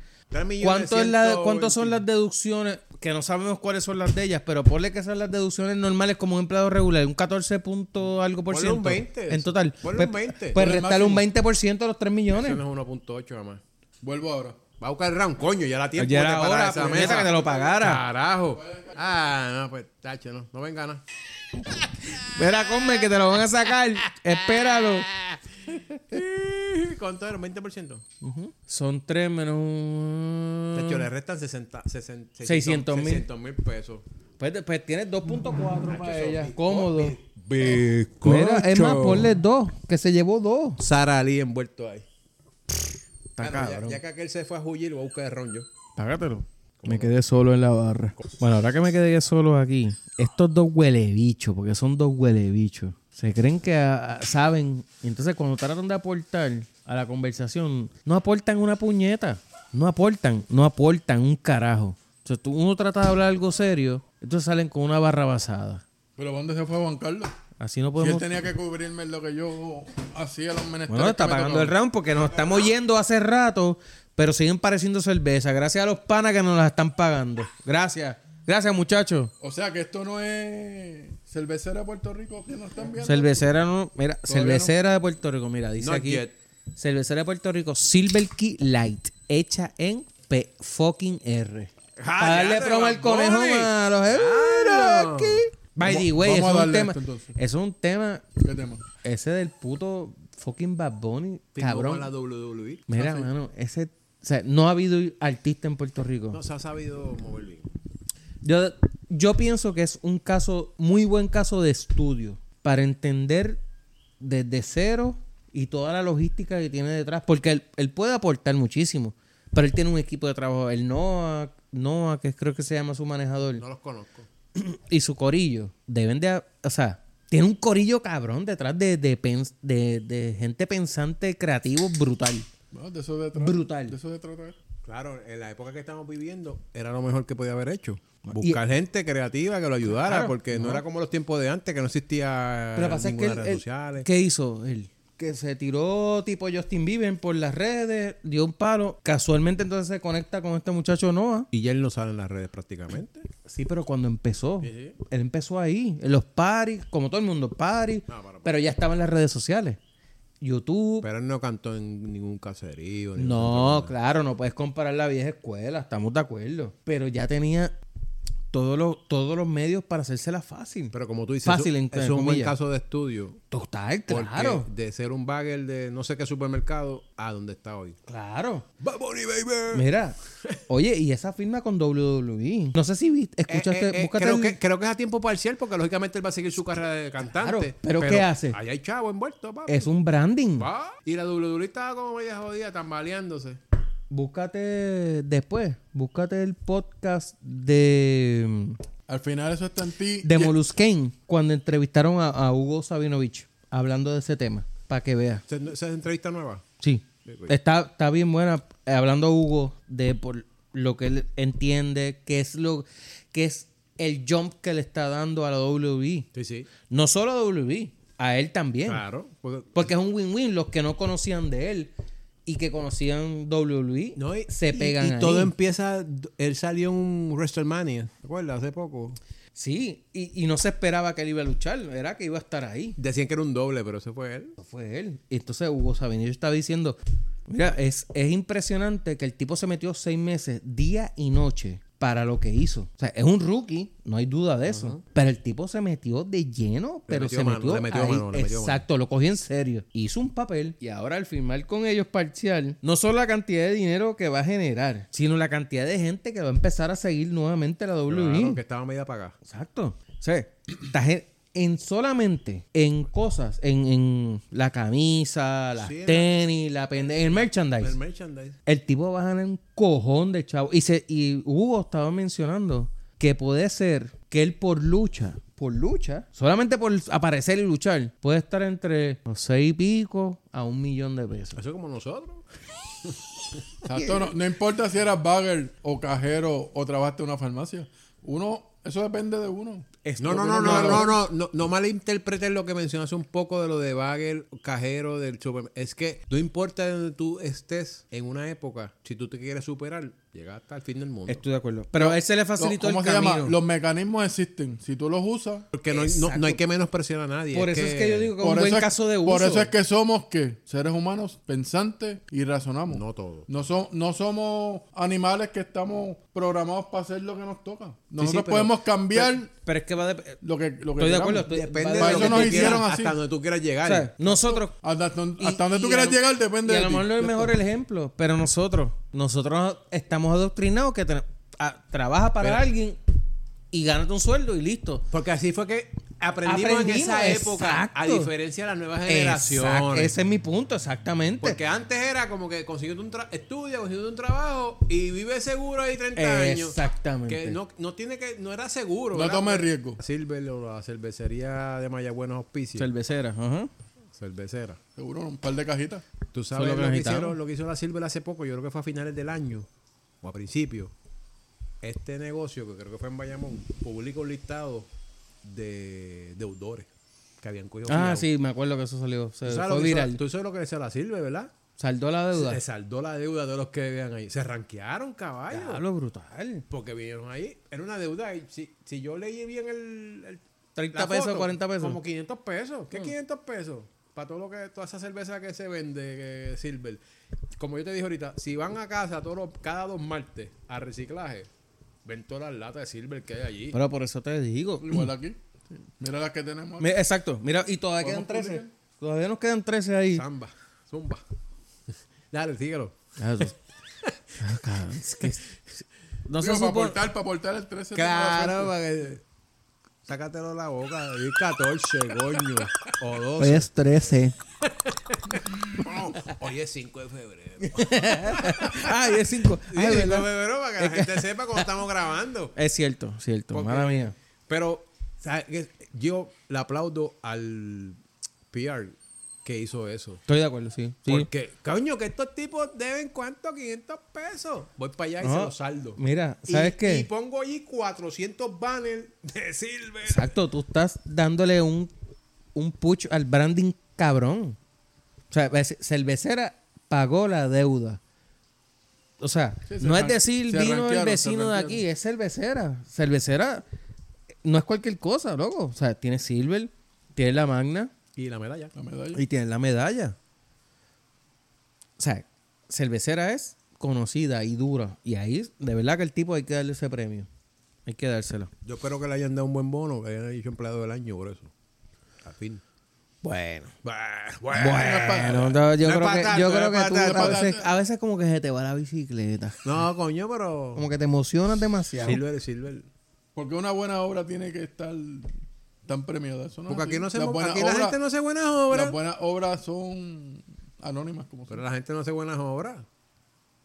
¿Cuánto es la de- ¿Cuántos son las deducciones? Que no sabemos cuáles son las de ellas, pero ponle que son las deducciones normales como un empleado regular, un 14 punto algo por
Ponle
ciento.
un 20.
En total.
Ponle un
Pues-
20.
Pues
Ponle el
restarle un
máximo.
20% a los 3 millones.
Eso no es 1.8 nada más.
Vuelvo ahora.
Va a buscar el round, coño, ya la tiempo
Ya
de
era
parar
hora,
esa
puñeta,
mesa.
que te lo pagara.
Carajo. Ah, no, pues, tacho, no, no venga nada.
Mira, come que te lo van a sacar. Espéralo.
¿Cuánto era? ¿20%?
Son 3 menos un-
Tacho, le restan 60, 60,
600 mil.
600 mil pesos.
Pues, pues tienes 2.4 para ella. Cómodo.
Bizcocho.
Mira, es más, ponle 2, que se llevó 2.
Sara Ali envuelto ahí.
Está
Ah, no, ya, ya que aquel se fue a huir, voy a buscar el ron yo.
Págatelo. Me quedé solo en la barra. Bueno, ahora que me quedé solo aquí, estos dos huelebichos, porque son dos huelebichos, se creen que ah, ah, saben. Y entonces cuando tratan de aportar a la conversación, no aportan una puñeta. No aportan, no aportan un carajo. O sea, tú, uno trata de hablar algo serio, entonces salen con una barra basada.
Pero ¿dónde se fue Juan Carlos?
Así no
Si él
podemos...
tenía que cubrirme lo que yo hacía los menesteres.
Bueno, está
que me
pagando el
tocaban.
round porque nos estamos yendo hace rato, pero siguen pareciendo cerveza. Gracias a los panas que nos las están pagando. Gracias. Gracias, muchachos.
O sea que esto no es cervecera de Puerto Rico que nos están viendo.
Cervecera no, mira,
Todavía
cervecera de Puerto Rico, mira, dice
Not
aquí.
yet.
Cervecera de Puerto Rico, Silver Key Light, hecha en P fucking R.
Ah,
Para darle
ya te
promo al
vas,
conejo
Bonnie.
malo. eh,
Ah,
mira
no.
aquí. By the
Vamos-
way,
vamos
eso
a
es un
darle
tema.
esto, entonces.
eso es un tema
¿Qué tema?
ese del puto fucking Bad Bunny,
Firmó con
cabrón.
la WWE.
Mira, mano, ese o sea, no ha habido artista en Puerto Rico.
No se ha sabido mover bien.
Yo, yo pienso que es un caso, muy buen caso de estudio para entender desde cero y toda la logística que tiene detrás, porque él, él puede aportar muchísimo, pero él tiene un equipo de trabajo, el Noah, Noah que creo que se llama su manejador,
No los conozco.
y su corillo, deben de, o sea, tiene un corillo cabrón detrás de, de, pens- de- de gente pensante, creativo, brutal.
No, de eso de tratar.
Brutal.
De eso de tratar.
Claro, en la época que estamos viviendo era lo mejor que podía haber hecho. Buscar gente creativa que lo ayudara, porque no. era como los tiempos de antes, que no existía
Pero lo que pasa es que
ninguna
él-
redes
él-
sociales.
¿qué hizo él? Que se tiró tipo Justin Bieber por las redes, dio un palo. Casualmente entonces se conecta con este muchacho Noah.
Y ya él no sale en las redes prácticamente.
Sí, pero cuando empezó, él empezó ahí, en los paris, como todo el mundo, paris, pero ya estaba en las redes sociales. YouTube.
Pero él no cantó en ningún caserío. ni
no, claro, no puedes comparar la vieja escuela, estamos de acuerdo. Pero ya tenía todos los, todos los medios para hacérsela fácil.
Pero como tú dices,
Fácil,
eso-
entre
eso es un buen
comillas.
caso de estudio.
Total,
Porque
claro.
de ser un bagel de no sé qué supermercado a donde está hoy.
Claro.
¡Bad Bunny, baby!
Mira, oye, y esa firma con WWE. No sé si viste, escuchaste,
Eh, eh, eh,
búscate
creo,
el-
que, creo que es a tiempo parcial porque lógicamente él va a seguir su carrera de cantante.
Claro, pero ¿qué hace?
Allá hay chavo envuelto, papi.
es un branding.
Va. Y la WWE estaba como media jodida, tambaleándose.
Búscate después, búscate el podcast de
Al final eso está en ti.
de
Ya-
Molus Kane cuando entrevistaron a, a Hugo Sabinovich hablando de ese tema, para que veas.
Esa esa es entrevista nueva.
Sí. Está, está bien buena. eh, Hablando Hugo de por lo que él entiende, que es lo que es el jump que le está dando a la WWE.
Sí, sí.
No solo a WWE, a él también.
Claro. porque-
Porque es un win-win. Los que no conocían de él y que conocían WWE
no, y-
se
y-
pegan.
Y,
ahí.
todo empieza. Él salió en un WrestleMania. ¿Te acuerdas? Hace poco.
Sí, y, y no se esperaba que él iba a luchar. Era que iba a estar ahí.
Decían que era un doble, pero ese fue él.
Eso fue él. Y entonces Hugo Sabinovich estaba diciendo: Mira, es, es impresionante que el tipo se metió seis meses, día y noche, para lo que hizo. O sea, es un rookie, no hay duda de eso. Pero el tipo se metió de lleno, pero
metió
se
mano,
metió.
le metió
ahí.
mano, le metió mano.
Exacto, lo cogió en serio. Hizo un papel y ahora al firmar con ellos parcial, no solo la cantidad de dinero que va a generar, sino la cantidad de gente que va a empezar a seguir nuevamente la WWE.
Claro, que estaba media apagada.
Exacto. O sea, estás en, en solamente en cosas, en, en la camisa, las
Sí, en la-
tenis, la pendeja, el merchandise.
El
El,
merchandise.
tipo va a ganar un cojón de chavo. Y, se, y Hugo estaba mencionando que puede ser que él por lucha, por lucha, solamente por aparecer y luchar, puede estar entre los seis y pico a un millón de pesos.
Eso como nosotros.
Exacto, no, no importa si eras bagger o cajero o trabajaste en una farmacia. Uno Eso depende de uno.
No, no, no, no, no, no, no, no malinterpretes lo que mencionaste un poco de lo de bagel, cajero del supermercado. Es que no importa de donde tú estés en una época, si tú te quieres superar, llega hasta el fin del mundo.
Estoy de acuerdo. Pero a él se le
Lo-
facilitó
¿Cómo
el
se
camino.
llama? Los mecanismos existen. Si tú los usas,
Porque no, hay- no- no hay que menospreciar a nadie.
Por eso es que yo digo que es un
por
buen
eso es-
caso de uso.
Por eso es que somos ¿qué? seres humanos pensantes y razonamos.
No todo.
No, so- no somos animales que estamos programados para hacer lo que nos toca. Nosotros
pero-
podemos cambiar
Pero es que va a dep-
lo que lo que
Estoy de
queramos.
acuerdo, estoy-
Depende
va
de
Para
lo
eso
que
nos
tú
hicieron
quieras,
así.
hasta donde tú quieras
o
llegar.
sea, nosotros
Hasta, hasta
Y-
donde tú
y
quieras
a-
llegar depende
y a
de
lo
ti.
mejor no es el mejor ejemplo, pero nosotros, nosotros estamos adoctrinados que tra- a- trabaja para
Pero-
alguien y gánate un sueldo y listo.
Porque así fue que aprendimos, en
Aprendimos,
esa época, a
exacto.
diferencia de las nuevas
Exacto,
generaciones.
Ese es mi punto, exactamente.
Porque antes era como que consiguió un trabajo, estudia, consiguió un trabajo y vive seguro ahí 30 años.
Exactamente.
Que no, no tiene que, no era seguro.
No
¿verdad?
tomes riesgo.
Silver o la cervecería de Mayagüez Auspicio.
Cervecera, ajá.
cervecera.
Seguro, un par de cajitas.
Tú sabes lo,
Solo que
que
necesitamos.
hicieron, lo que hizo la Silver hace poco, yo creo que fue a finales del año o a principio. Este negocio, que creo que fue en Bayamón, publicó un listado de deudores que habían cogido.
Ah,
fiado.
sí, me acuerdo que eso salió.
Tú
Se
sabes,
Eh, fue
lo que hizo,
viral.
tú sabes lo que hizo la Silver, ¿verdad?
Saldó la deuda.
Se saldó la deuda de los que vivían ahí. Se ranquearon, caballo.
Diablo, brutal.
Porque vinieron ahí. Era una deuda. y si, si yo leí bien el. el
30
la
pesos,
foto,
40 pesos. Mm.
Como 500 pesos. ¿Qué 500 pesos? Para todo lo que. Toda esa cerveza que se vende, que Silver. Como yo te dije ahorita, si van a casa todos los- cada dos martes a reciclaje, ven todas las latas de Silver que hay allí.
Pero por eso te digo.
Igual aquí. Mira las que tenemos.
Mi- Exacto, mira, y todavía quedan
¿Podemos
13.
publicar?
Todavía nos quedan 13 ahí.
Zamba. Zumba. Dale, síguelo.
Ah, tú- Ah, cabrón, es que-
Digo,
No se
para
supone...
aportar, para aportar el 13. tengo la
Claro,
suerte.
para que. Sácatelo de la boca. Di 14, coño. O 12.
Hoy es 13.
Hoy es 5 de febrero.
Ah, Ay, es 5.
Sí, cinco de febrero para que la gente sepa cómo estamos grabando.
Es cierto, cierto.
Porque-
Mala mía.
Pero ¿sabes qué? yo le aplaudo al PR que hizo eso.
Estoy de acuerdo, sí. sí.
Porque, coño, que estos tipos deben cuánto, 500 pesos. Voy para allá y
No,
se los saldo.
Mira,
Y-
¿sabes qué?
Y pongo allí 400 banners de Silver.
Exacto, tú estás dándole un, un push al branding cabrón. O sea, ves- cervecera pagó la deuda. O sea,
Sí, se
no es
ran-
decir
se
vino el
ranquearon, se
vecino de aquí,
ranquearon.
es cervecera. Cervecera eh, no es cualquier cosa, loco. O sea, tiene Silver, tiene la Magna
Y la medalla.
La medalla.
y tiene la medalla. O sea, cervecera es conocida y dura. Y ahí, de verdad que el tipo hay que darle ese premio. Hay que dárselo.
Yo espero que le hayan dado un buen bono, que hayan dicho empleado del año por eso. Al fin.
Bueno.
Bah,
Bueno, no, yo
No es
creo
pa'
que, yo
tanto,
creo
no es
que tú
pa' tanto.
a veces, a veces como que se te va la bicicleta.
No, coño, pero.
Como que te emocionas demasiado.
Silver, Silver.
Porque una buena obra tiene que estar tan premiada. Eso no
Porque
es
aquí,
así.
no
Las
hacemos,
buenas
aquí la
obras-
gente no hace buenas obras.
Las buenas obras son anónimas, como
Pero
son.
la gente no hace buenas obras.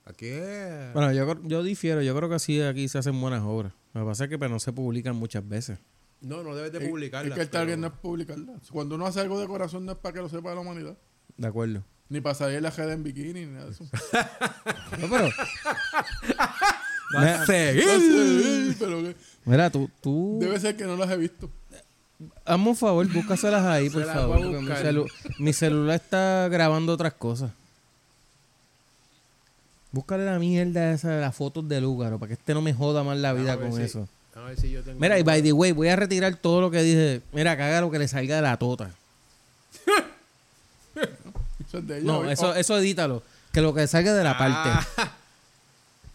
Aquí es...
Bueno, yo, cr- yo difiero. Yo creo que sí aquí se hacen buenas obras. Lo que pasa es que pero no se publican muchas veces.
No, no debes de
Es-
publicarlas.
Es que el target
pero-
no es publicarla. Cuando uno hace algo de corazón no es para que lo sepa la humanidad.
De acuerdo.
Ni para salir la jeda en bikini, ni nada de eso.
No, pero... mira,
Sí, Pero que-
mira, tú... tú...
debe ser que no las he visto.
Hazme un favor, búscaselas ahí, por
Se las voy
favor.
a
porque Mi,
buscar.
celu- mi celular está grabando otras cosas. Búscale la mierda esa de las fotos de Lúgaro para que este no me joda más la vida
A ver
con
si-
eso.
A ver si yo tengo...
Mira, y by the way, voy a retirar todo lo que dije. Mira, caga lo que le salga de la tota.
Eso es de ella.
No,
Oye,
eso,
oh,
eso edítalo. Que lo que salga de la parte.
Ah,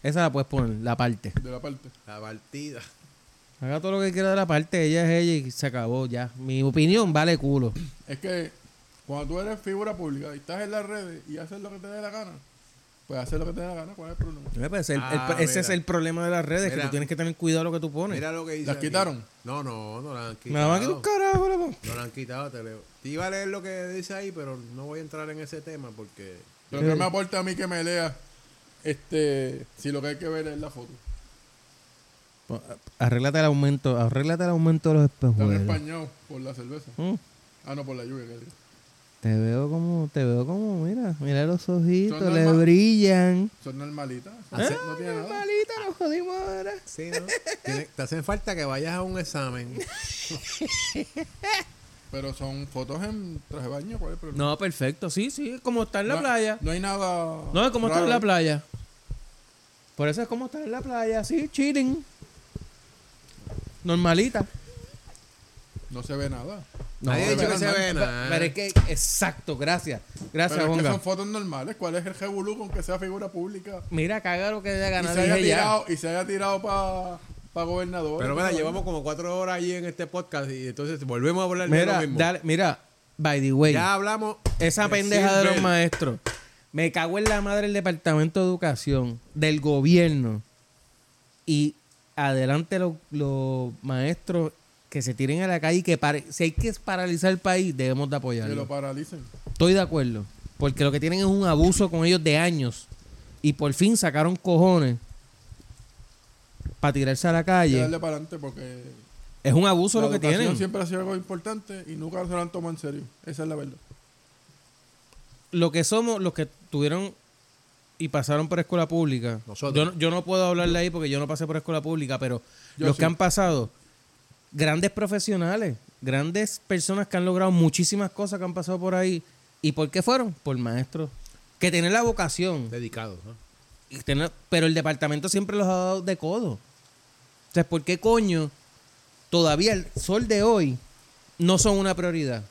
Esa la puedes poner, la parte.
De la parte.
la partida.
Haga todo lo que quiera de la parte. Ella es ella y se acabó ya. Mi opinión vale culo.
Es que cuando tú eres figura pública y estás en las redes y haces lo que te dé la gana, pues haces lo que te dé la gana, ¿cuál es el problema?
Eh, pues, el- el-
Ah,
ese
mira.
es el problema de las redes, que
Mira.
tú tienes que tener cuidado lo que tú pones.
Mira lo que dice
¿Las
aquí.
quitaron?
No, no, no las han quitado.
Me la van a quitar un carajo, loco.
No las han quitado, te leo. Te iba a leer lo que dice ahí, pero no voy a entrar en ese tema porque...
Pero que me aporta a mí que me lea este, si lo que hay que ver es la foto.
Pon- Pues, Arréglate el aumento, arréglate el aumento de los
Está en
espejuelos.
español por la cerveza.
Mm.
Ah, no, por la lluvia. que digo.
Te veo como, te veo como, mira, mira los ojitos,
Son
le
norma-
brillan.
Son normalitas. eso
¿Eh?
Hace-
No tiene nada.
Malita, nos jodimos ahora.
Sí, ¿no? Tiene- te hacen falta que vayas a un examen.
Pero son fotos en traje de baño. ¿Cuál es el problema?
No, perfecto, sí, sí, como está en la
No-
playa.
No hay nada.
No, es como está en
raro.
la playa. Por eso es como está en la playa, sí, chilling. Normalita.
No se ve nada.
No,
Nadie ha dicho
pero
que se
no-
ve nada.
Pero es que, exacto, gracias. Gracias,
Pero es que
Bonga.
son fotos normales. ¿Cuál es el revolú con que sea figura pública?
Mira, caga lo que haya
Y
ganado.
se haya
dije ya.
tirado, y se haya tirado para pa gobernador.
Pero mira, llevamos como cuatro horas ahí en este podcast y entonces volvemos a hablar de lo
Mira,
mismo.
dale, mira, by the way.
Ya hablamos. Pues
Esa
de
pendeja de los
Silver.
maestros. Me cago en la madre del Departamento de Educación, del gobierno. Y adelante los, los maestros que se tiren a la calle y que pare- si hay que paralizar el país, debemos de
Que
apoyarlo.
lo paralicen.
Estoy de acuerdo. Porque lo que tienen es un abuso con ellos de años. Y por fin sacaron cojones para tirarse a la
Hay que
calle.
darle para adelante porque
Es un abuso lo que
educación
tienen.
siempre ha sido algo importante y nunca se lo han tomado en serio. Esa es la verdad.
lo que somos, los que tuvieron y pasaron por escuela pública.
Nosotros.
Yo, no- yo no puedo hablarle ahí porque yo no pasé por escuela pública, pero
Yo
los
sí.
que han pasado, grandes profesionales, grandes personas que han logrado muchísimas cosas que han pasado por ahí. ¿Y por qué fueron? Por maestros. Que tienen la vocación.
Dedicado. ¿no?
y tener- pero el departamento siempre los ha dado de codo. O sea, ¿por qué coño todavía el sol de hoy no son una prioridad?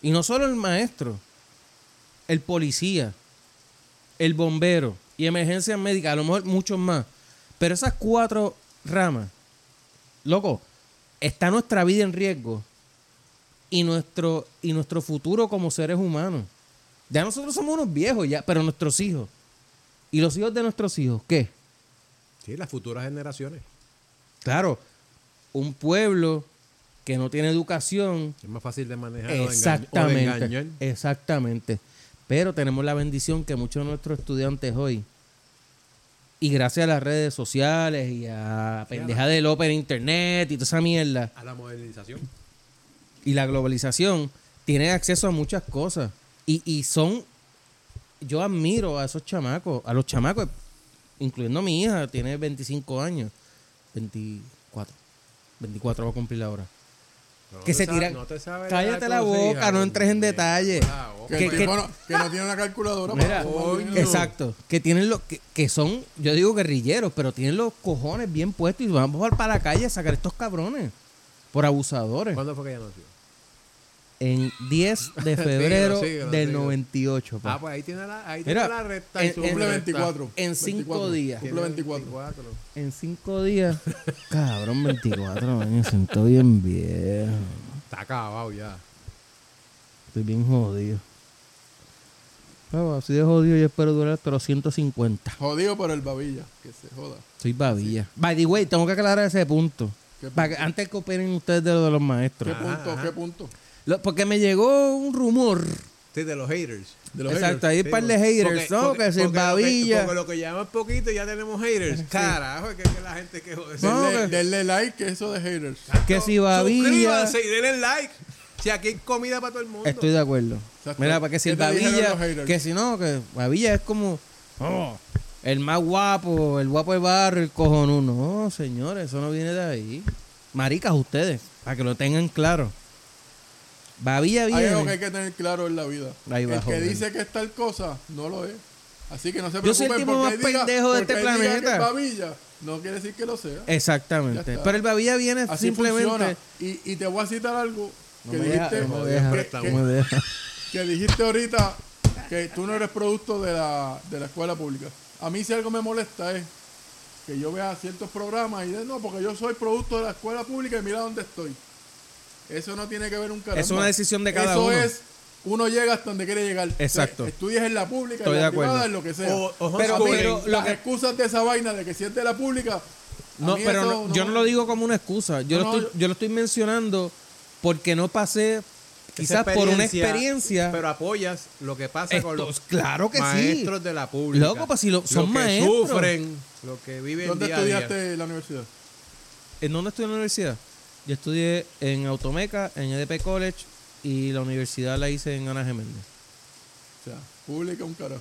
Y no solo el maestro, el policía, el bombero y emergencias médicas, a lo mejor muchos más. Pero esas cuatro ramas, loco, está nuestra vida en riesgo y nuestro, y nuestro futuro como seres humanos. Ya nosotros somos unos viejos, ya, pero nuestros hijos. ¿Y los hijos de nuestros hijos qué?
Sí, las futuras generaciones.
Claro, un pueblo que no tiene educación.
Es más fácil de manejar o de engañ- o de engañar.
Exactamente. Exactamente. Pero tenemos la bendición que muchos de nuestros estudiantes hoy, y gracias a las redes sociales y a pendeja del Open Internet y toda esa mierda,
A la modernización.
y la globalización, tienen acceso a muchas cosas. Y, y son. Yo admiro a esos chamacos, a los chamacos, incluyendo a mi hija, tiene 25 años. 24. 24 va a cumplir la hora.
No
que
te
se
sa-
tiran.
no te sabe
Cállate
dar
la
con esa
boca,
hija,
no entres en
hombre.
detalle.
Ah, ok.
Que,
Que-
el
que-
tipo no, que no tiene una calculadora. pues,
Mira,
para sumar dinero.
Exacto. Que tienen los, que, que son, yo digo guerrilleros, pero tienen los cojones bien puestos y vamos para la calle a sacar estos cabrones por abusadores.
¿Cuándo fue que ella nació?
En 10 de febrero
síguelo,
del
síguelo.
98. pa.
Ah, pues ahí tiene la, ahí
Mira,
tiene la recta. y
en-
su
en-
Cumple
recta.
24.
En cinco
24,
días.
Cumple 24.
24.
En cinco días. Cabrón, 24 años. Siento bien viejo.
Está acabado ya.
Estoy bien jodido. Pero así de jodido yo espero durar hasta los 150.
Jodido por el babilla. Que se joda.
Soy babilla. By the way, tengo que aclarar ese punto.
¿Qué
Pa' que- antes que opinen ustedes de lo de los
¿Qué
maestros.
punto? ¿Qué punto?
Lo- porque me llegó un rumor.
Sí, de los haters. De los
Exacto, hay un par de
porque-
haters, ¿no? que se
porque lo
babilla.
Porque lo que llaman poquito ya tenemos haters. Carajo, es que, que la gente que jode.
No,
Denle,
que-
denle like, que eso de haters.
que si babilla.
Suscríbanse y denle like. Si aquí hay comida para todo el mundo.
Estoy de acuerdo.
Exacto.
Mira, para que si
¿Qué
el
te dijeron
Babilla,
los haters?
que si no, que Babilla es como oh, el más guapo, el guapo del barrio, el cojonudo. No, señores, eso no viene de ahí. Maricas ustedes, para que lo tengan claro. Babilla
Hay algo que
viene.
hay que tener claro en la vida.
Ahí va,
el que
joven.
dice que es tal cosa, no lo es. Así que no se
Yo soy
preocupen
el tipo
porque
más
él diga-
pendejo de
porque
este
él diga que
planeta.
es babilla, no quiere decir que lo sea. Ya
Exactamente.
está.
Pero el Babilla viene
Así
simplemente.
funciona. Y, y te voy a citar algo
No
que
me deja,
dijiste,
no me
que-
deja,
que,
no me deja.
que dijiste ahorita que tú no eres producto de la, de la escuela pública. A mí si algo me molesta es que yo vea ciertos programas y de no, porque yo soy producto de la escuela pública y mira dónde estoy. Eso no tiene que ver un carajo.
Es una decisión de cada
Eso
uno.
es, uno llega hasta donde quiere llegar.
Exacto.
O sea, estudias en la pública,
Estoy
en
de
la
acuerdo.
privada, en lo que sea.
O- o
Pero-
A mí,
pero lo
las
que-
excusas de esa vaina de que si es de la pública... a
No,
mí
pero
eso
no- yo no lo digo como una excusa. Yo,
No,
lo
no,
estoy, yo lo estoy mencionando porque no pasé
Esa
quizás por una experiencia.
Pero apoyas lo que pasa con
Estos-
los
claro que sí.
maestros de la pública.
Loco, pues si lo- son
que
maestros.
sufren, lo que viven
¿Dónde
día a día.
estudiaste la universidad?
Eh, ¿En dónde estudié en la universidad? Yo estudié en Automeca, en EDP E College, y la universidad la hice en Ana G. Méndez.
O sea, pública un carajo.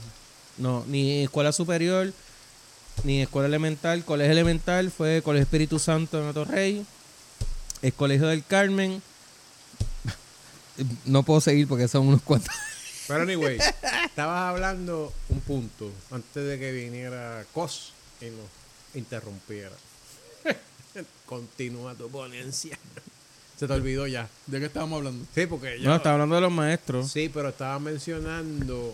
No, ni escuela superior, ni escuela elemental. Colegio elemental fue Colegio Espíritu Santo en Atorrey. El Colegio del Carmen. No puedo seguir porque son unos cuantos.
Pero anyway, estabas hablando un punto antes de que viniera Cos y nos interrumpiera. Continúa tu ponencia. Se te olvidó ya.
¿De qué estábamos hablando?
Sí, porque ya.
No, estaba hablando de los maestros.
Sí, pero estaba mencionando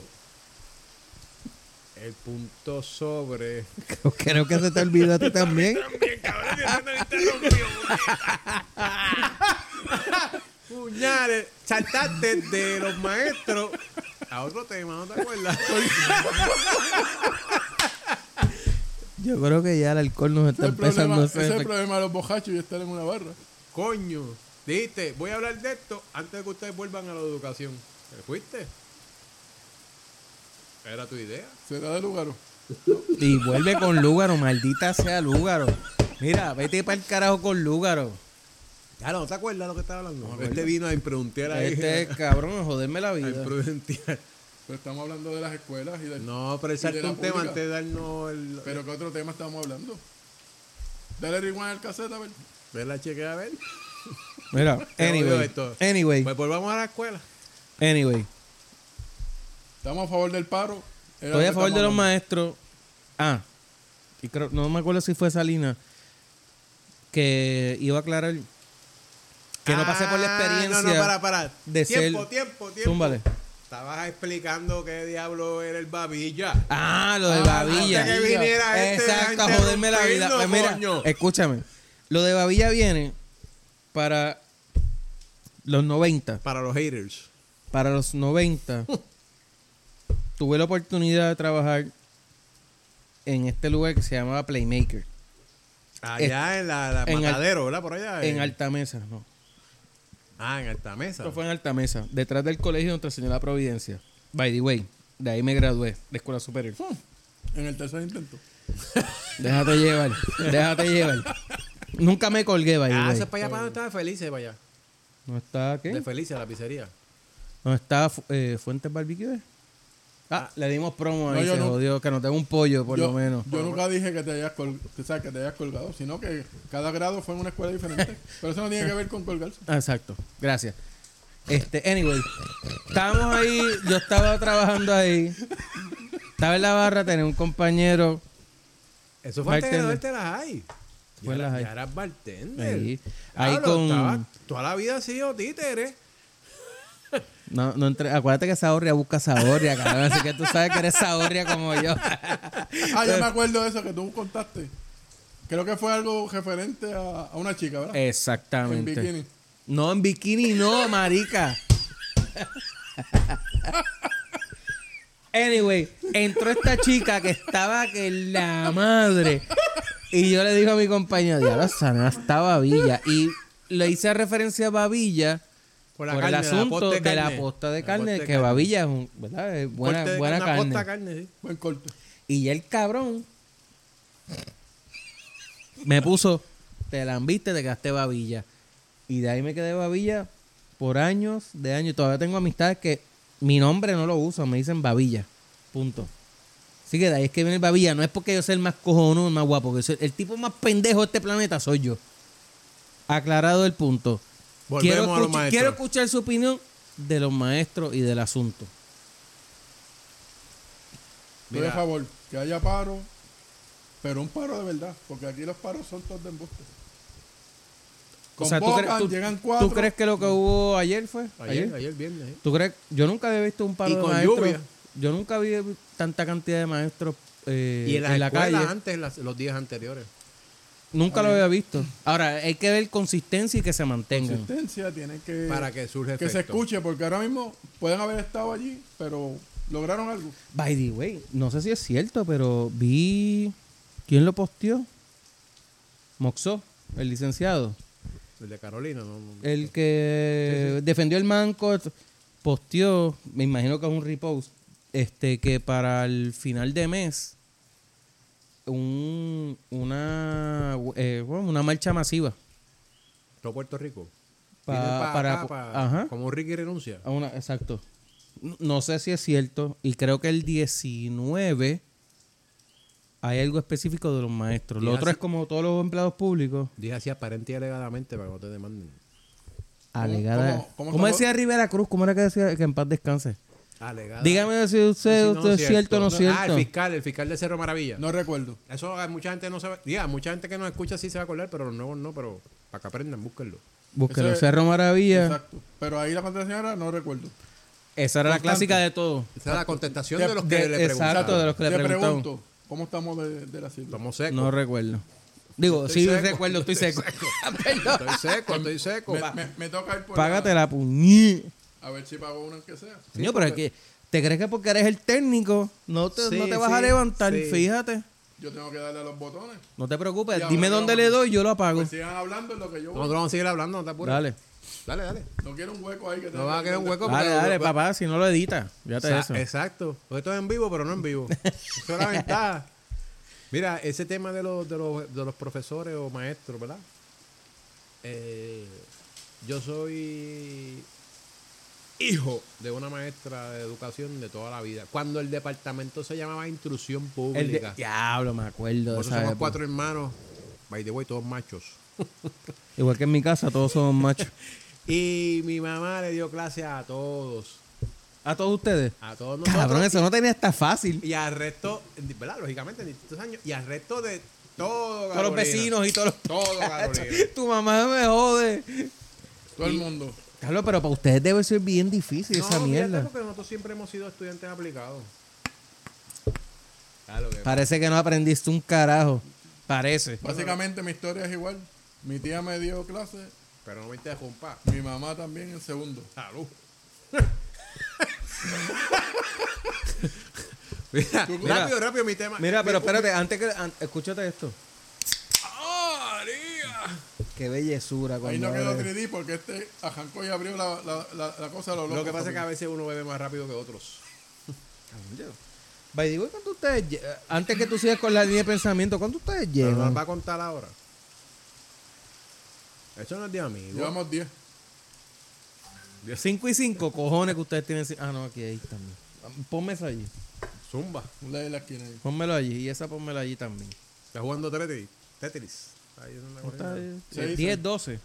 el punto sobre.
Creo que se te olvidó a ti también.
Puñales, saltaste de los maestros a otro tema, ¿no te acuerdas?
Yo creo que ya el alcohol nos está
Ese es el
empezando
problema,
a
ese es el
hacer.
problema de los bojachos y estar en una barra.
Coño, dijiste, voy a hablar de esto antes de que ustedes vuelvan a la educación. ¿Te fuiste? Era tu idea.
Será de lugar.
Y vuelve con Lúgaro, maldita sea Lúgaro. Mira, vete para el carajo con Lúgaro.
Claro, ¿no te acuerdas lo que estaba hablando? este vino a imprudentiar ahí.
Este cabrón, a joderme la
a
vida.
imprudentear.
Pero estamos hablando de las escuelas y del...
No, pero él
Y de la
saltó un tema
pública.
antes de darnos el.
Pero ¿qué otro tema estamos hablando? Dale rewind al cassette, a ver.
Ver la chequea, a ver.
Mira,
Te odio
anyway.
esto.
Anyway,
Pues volvamos a la escuela.
anyway.
Estamos a favor del paro. Era lo
Estoy a
que
favor de los
estamos
maestros. Ah, y creo, no me acuerdo si fue Salina que iba a aclarar que no pasé por la
Ah,
experiencia.
No, no, para, para.
de
tiempo,
ser-
tiempo, tiempo.
Túmbale.
Estabas explicando qué diablo era el babilla.
Ah, lo de Babilla.
antes que viniera este
Exacto,
a
a joderme la vida. Pues
interrumpirnos,
mira,
coño.
escúchame. Lo de Babilla viene para los 90.
Para los haters.
Para los 90 tuve la oportunidad de trabajar en este lugar que se llamaba Playmaker.
Allá en la, la
en Al-
matadero, ¿verdad? Por allá.
En Altamesa, no.
Ah, en alta mesa.
Esto fue en Altamesa, detrás del colegio de Nuestra Señora Providencia. By the way, de ahí me gradué de escuela superior.
Hmm.
En el tercer intento.
Déjate llevar, déjate llevar. Nunca me colgué, by the
Ah,
way.
ese es para allá, para donde estaba Felice, para allá.
¿No está
De
qué?
Felice, la pizzería.
¿No está Fu- eh, Fuentes Barbecue? Ah, le dimos promo ahí,
No, yo
se
no-
jodió, que nos den un pollo, por
yo,
lo menos.
Yo nunca dije que te, hayas col- que, sabes, que te hayas colgado, sino que cada grado fue en una escuela diferente. Pero eso no tiene que ver con colgarse.
Ah, Exacto, gracias. Este, anyway, estábamos ahí, yo estaba trabajando ahí. Estaba en la barra, tenía un compañero.
Eso fue antes de
Bartender.
darte las hay.
Fue
Ya
las
era-
hay.
ya eras bartender.
Ahí. Ahí
Diablo,
con-
estaba- toda la vida ha sido títere.
No, no entre... Acuérdate que Saorria busca Saorria, cabrón. Así que tú sabes que eres Saorria como yo.
Ah, yo me acuerdo de eso que tú contaste. Creo que fue algo referente a, a una chica, ¿verdad? en
Exactamente.
bikini.
No, en bikini no, marica. Anyway, entró esta chica que estaba que la madre. Y yo le digo a mi compañero, diablo, sana está Babilla. Y le hice referencia a Babilla por, el
carne,
asunto
posta
de la
carne.
posta de
La
carne,
posta de
que Babilla es un- ¿verdad? Es buena,
Corte de
buena
carne,
carne.
Una posta de carne, sí.
Buen corte.
Y ya el cabrón me puso, te lambiste, te quedaste babilla. Y de ahí me quedé babilla por años de años. Todavía tengo amistades que mi nombre no lo usan, me dicen babilla. Punto. Así que de ahí es que viene el babilla. No es porque yo sea el más cojonudo, el más guapo. Que soy- el tipo más pendejo de este planeta soy yo. Aclarado el punto.
Volvemos
Quiero,
a los
escuch-
maestros.
quiero escuchar su opinión de los maestros y del asunto.
Estoy a
Mira.
favor que haya paro, pero un paro de verdad, porque aquí los paros son todos de embuste.
O sea, ¿tú
Convocan,
crees- tú-
llegan cuatro.
¿Tú crees que lo que hubo ayer fue?
Ayer, ayer, viernes. ¿eh?
¿Tú crees? Yo nunca había visto un paro
Y
de
con
maestros.
lluvia.
Yo nunca vi tanta cantidad de maestros eh,
Y en,
en,
las
la calle.
escuelas antes, las- los días anteriores.
Nunca lo había visto. Ahora, hay que ver consistencia y que se mantengan.
Consistencia tiene que
para que surja
que se
efecto.
escuche, porque ahora mismo pueden haber estado allí, pero lograron algo.
By the way, no sé si es cierto, pero vi. ¿Quién lo posteó? Moxó, el licenciado.
El de Carolina, no. no-
El que defendió el manco posteó, me imagino que es un repost, este, que para el final de mes un, una, eh, bueno, una marcha masiva.
Todo Puerto Rico. Viene
Pa-
pa'
para-
acá, pa-
ajá.
Como Ricky renuncia.
A una- exacto. No- No sé si es cierto. Y creo que el 19 hay algo específico de los maestros. Lo
Y
otro
así-
es como todos los empleados públicos.
Dije así aparente y alegadamente para que no te demanden.
Alegada.
cómo-
¿Cómo,
cómo son
decía Rivera Cruz? ¿Cómo era que decía que en paz descanse?
Alegada.
Dígame si usted,
Sí, no,
usted es cierto o no es
Ah, el
cierto.
fiscal, el fiscal de Cerro Maravilla.
No recuerdo.
Eso eh, mucha gente no sabe. Diga, mucha gente que nos escucha sí se va a acordar, pero los nuevos no, pero para que aprendan, búsquenlo.
Búsquelo.
Ese-
Cerro Maravilla.
Exacto. Pero ahí la contestación era no recuerdo.
Esa era la
Constante.
clásica de todo.
Esa es la contestación
De-
de, los que
de-
le
exacto,
preguntaron.
de los que le
Te
preguntaron.
pregunto, ¿cómo estamos de, de la cifra?
Estamos secos.
No recuerdo. Digo,
Estoy
sí
seco.
recuerdo, estoy seco.
Estoy seco, estoy seco.
Me, me- me toca ir por
Págate la puñi.
la- A ver si pago una que sea.
Coño, pero es que te crees que porque eres el técnico no te,
Sí,
no te vas a
sí,
levantar,
sí.
fíjate.
Yo tengo que darle a los botones.
No te preocupes,
Ya,
Pues dime
bueno,
dónde
ya,
le
bueno.
doy, yo lo apago.
Pues sigan hablando en lo que yo voy.
Nosotros vamos a seguir hablando, no te apures.
Dale,
dale. dale.
No quiero un hueco ahí que
No va a quedar un hueco.
dale,
pero-
dale, papá, si no lo edita, ya te
Sa-
eso.
Exacto. Porque esto es en vivo, pero no en vivo. Esa es la ventaja. Mira, ese tema de los, de los, de los profesores o maestros, ¿verdad? Eh, yo soy hijo de una maestra de educación de toda la vida. Cuando el departamento se llamaba Intrusión
El de- pues.
Pública.
diablo, me acuerdo de
Nosotros
esa
somos
época.
cuatro hermanos, by the way, todos machos.
Igual que en mi casa, todos somos machos.
Y mi mamá le dio clase a todos.
¿A todos ustedes?
A todos nosotros.
Cabrón, eso no tenía hasta fácil.
Y al resto, ¿verdad? Lógicamente, en distintos años. Y al resto de todo
Todos los
Carolina.
vecinos y todos los...
Todo Carolina.
Tu mamá me jode.
Todo el mundo.
Carlos, pero para ustedes debe ser bien difícil esa
fíjate,
mierda.
porque nosotros siempre hemos sido estudiantes aplicados. Claro que
Parece que no aprendiste un carajo. Parece.
Básicamente mi historia es igual. Mi tía me dio clase,
Pero no me interrumpa.
mi mamá también en segundo.
Salud. Mira,
Mira.
rápido, rápido mi tema.
Mira,
Mi-
pero espérate, antes que... an- escúchate esto. Qué bellezura. eh.
Ahí
cuando
no quedó
abres.
3D porque este arrancó y abrió la, la, la, la cosa a lo loco.
Lo que pasa es que a veces uno bebe más rápido que otros.
By the way, ¿cuánto ustedes lle- eh, Antes que tú sigas con la línea de pensamiento, ¿cuánto ustedes
Pero no
llevan?
nos va a contar ahora. Eso no es de amigo.
Llevamos 10.
5 y 5, cojones que ustedes tienen. Ah, no, aquí ahí también. Ponme eso allí.
Zumba.
Un lado de la esquina ahí.
Pónmelo allí. Y esa pónmela allí también.
Está jugando Tetris. Tetris. Ahí en la
Está,
corriente.
eh,
Sí,
10, 12.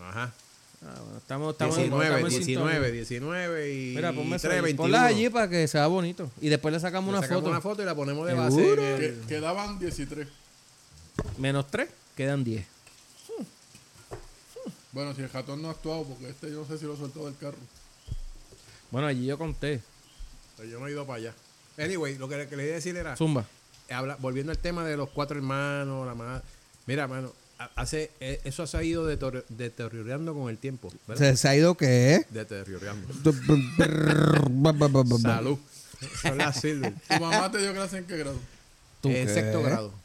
Ajá.
Ah, bueno, estamos, estamos,
19,
estamos en
19,
sintonía.
19 y
Mira, ponme eso
3,
allí.
21.
Ponlas allí para que sea bonito. Y después le sacamos,
Le
una,
sacamos
foto.
una foto y la ponemos de base.
¿Seguro?
en el-
Que- quedaban 13.
Menos 3, quedan 10.
Bueno, si el ratón no ha actuado, porque este yo no sé si lo soltó del carro.
Bueno, allí yo conté.
Pero Yo no he ido para allá. Anyway, lo que le, que le iba a decir era,
Zumba.
habla- volviendo al tema de los cuatro hermanos, la madre. Mira, mano, ha- hace, eh, eso se ha ido detor- deteriorando con el tiempo. ¿verdad?
¿Se, se ha ido qué? eh.
Deteriorando. Salud.
Salud.
Son las silver.
¿Tu mamá te dio clase en qué grado?
¿Tú
En
qué?
sexto grado.
Pues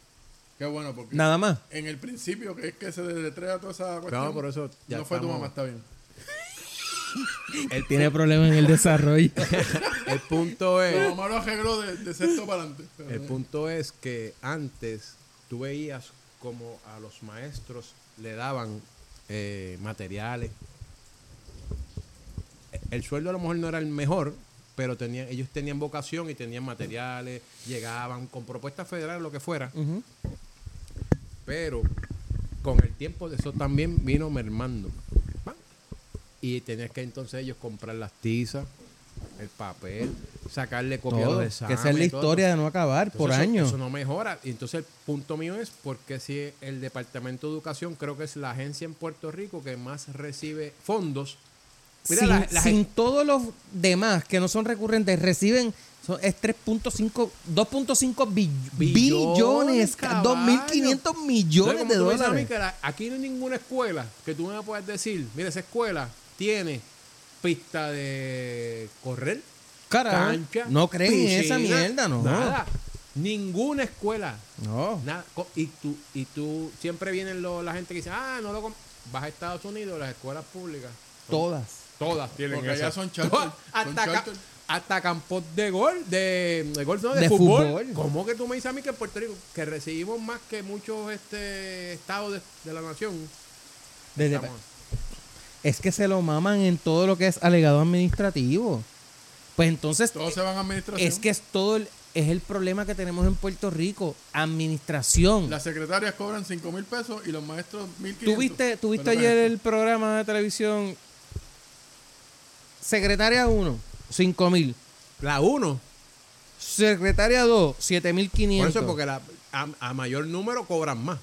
Qué bueno, porque
Nada más.
en el principio, que es que se deletrea toda esa cuestión.
por eso ya
no fue tu
estamos-
mamá, está bien.
Él tiene problemas en el desarrollo.
El punto
Tu
es...
mamá lo arregló de, de sexto para adelante. Pero
El
no.
punto es que antes tú veías como a los maestros le daban eh, materiales. El sueldo a lo mejor no era el mejor, pero tenían, ellos tenían vocación y tenían materiales, llegaban con propuestas federales, lo que fuera. Pero con el tiempo de eso también vino mermando. ¿va? Y tenías que entonces ellos comprar las tizas, el papel, sacarle copias
Todo,
de
que
los
esa es la
exámenes, todo.
historia de no acabar por
Entonces, eso-
años.
Eso no mejora. Y entonces el punto mío es porque si el Departamento de Educación creo que es la agencia en Puerto Rico que más recibe fondos. Mira,
sin,
la- la
sin
gen-
todos los demás que no son recurrentes, reciben son, es 3.5, 2.5 bill-
Billones,
billones,
caballo.
2.500
entonces,
millones
como
de
tú me dices a mí
dólares.
que la- aquí no hay ninguna escuela que tú me puedas decir, mira, esa escuela tiene pista de correr,
Carajo,
cancha,
¿eh? no creen en
piscina,
esa mierda, no.
Nada. Ninguna escuela.
No.
Nada. Co- Y tú, y tú siempre vienen lo- la gente que dice, ah, no lo... com-". Vas a Estados Unidos, las escuelas públicas.
Todas.
Todas tienen
Porque allá
esa.
son charter,
Todas.
son
hasta, ca-
charter.
hasta campos de gol, de, de golf, no, de,
De
fútbol.
fútbol.
¿Cómo que tú me dices a mí que en Puerto Rico, que recibimos más que muchos este, estados de, de la nación?
Desde-
Estamos-
es que se lo maman en todo lo que es alegado administrativo. Pues entonces
Todos se van a administración.
es que es todo el, es el problema que tenemos en Puerto Rico, administración.
Las secretarias cobran 5 mil pesos y los maestros 1.500.
¿Tuviste, tuviste
Pero,
ayer
gente,
el programa de televisión Secretaria 1, 5 mil.
La 1.
Secretaria 2, 7 mil
Por eso
500.
es porque la- a, a mayor número cobran más.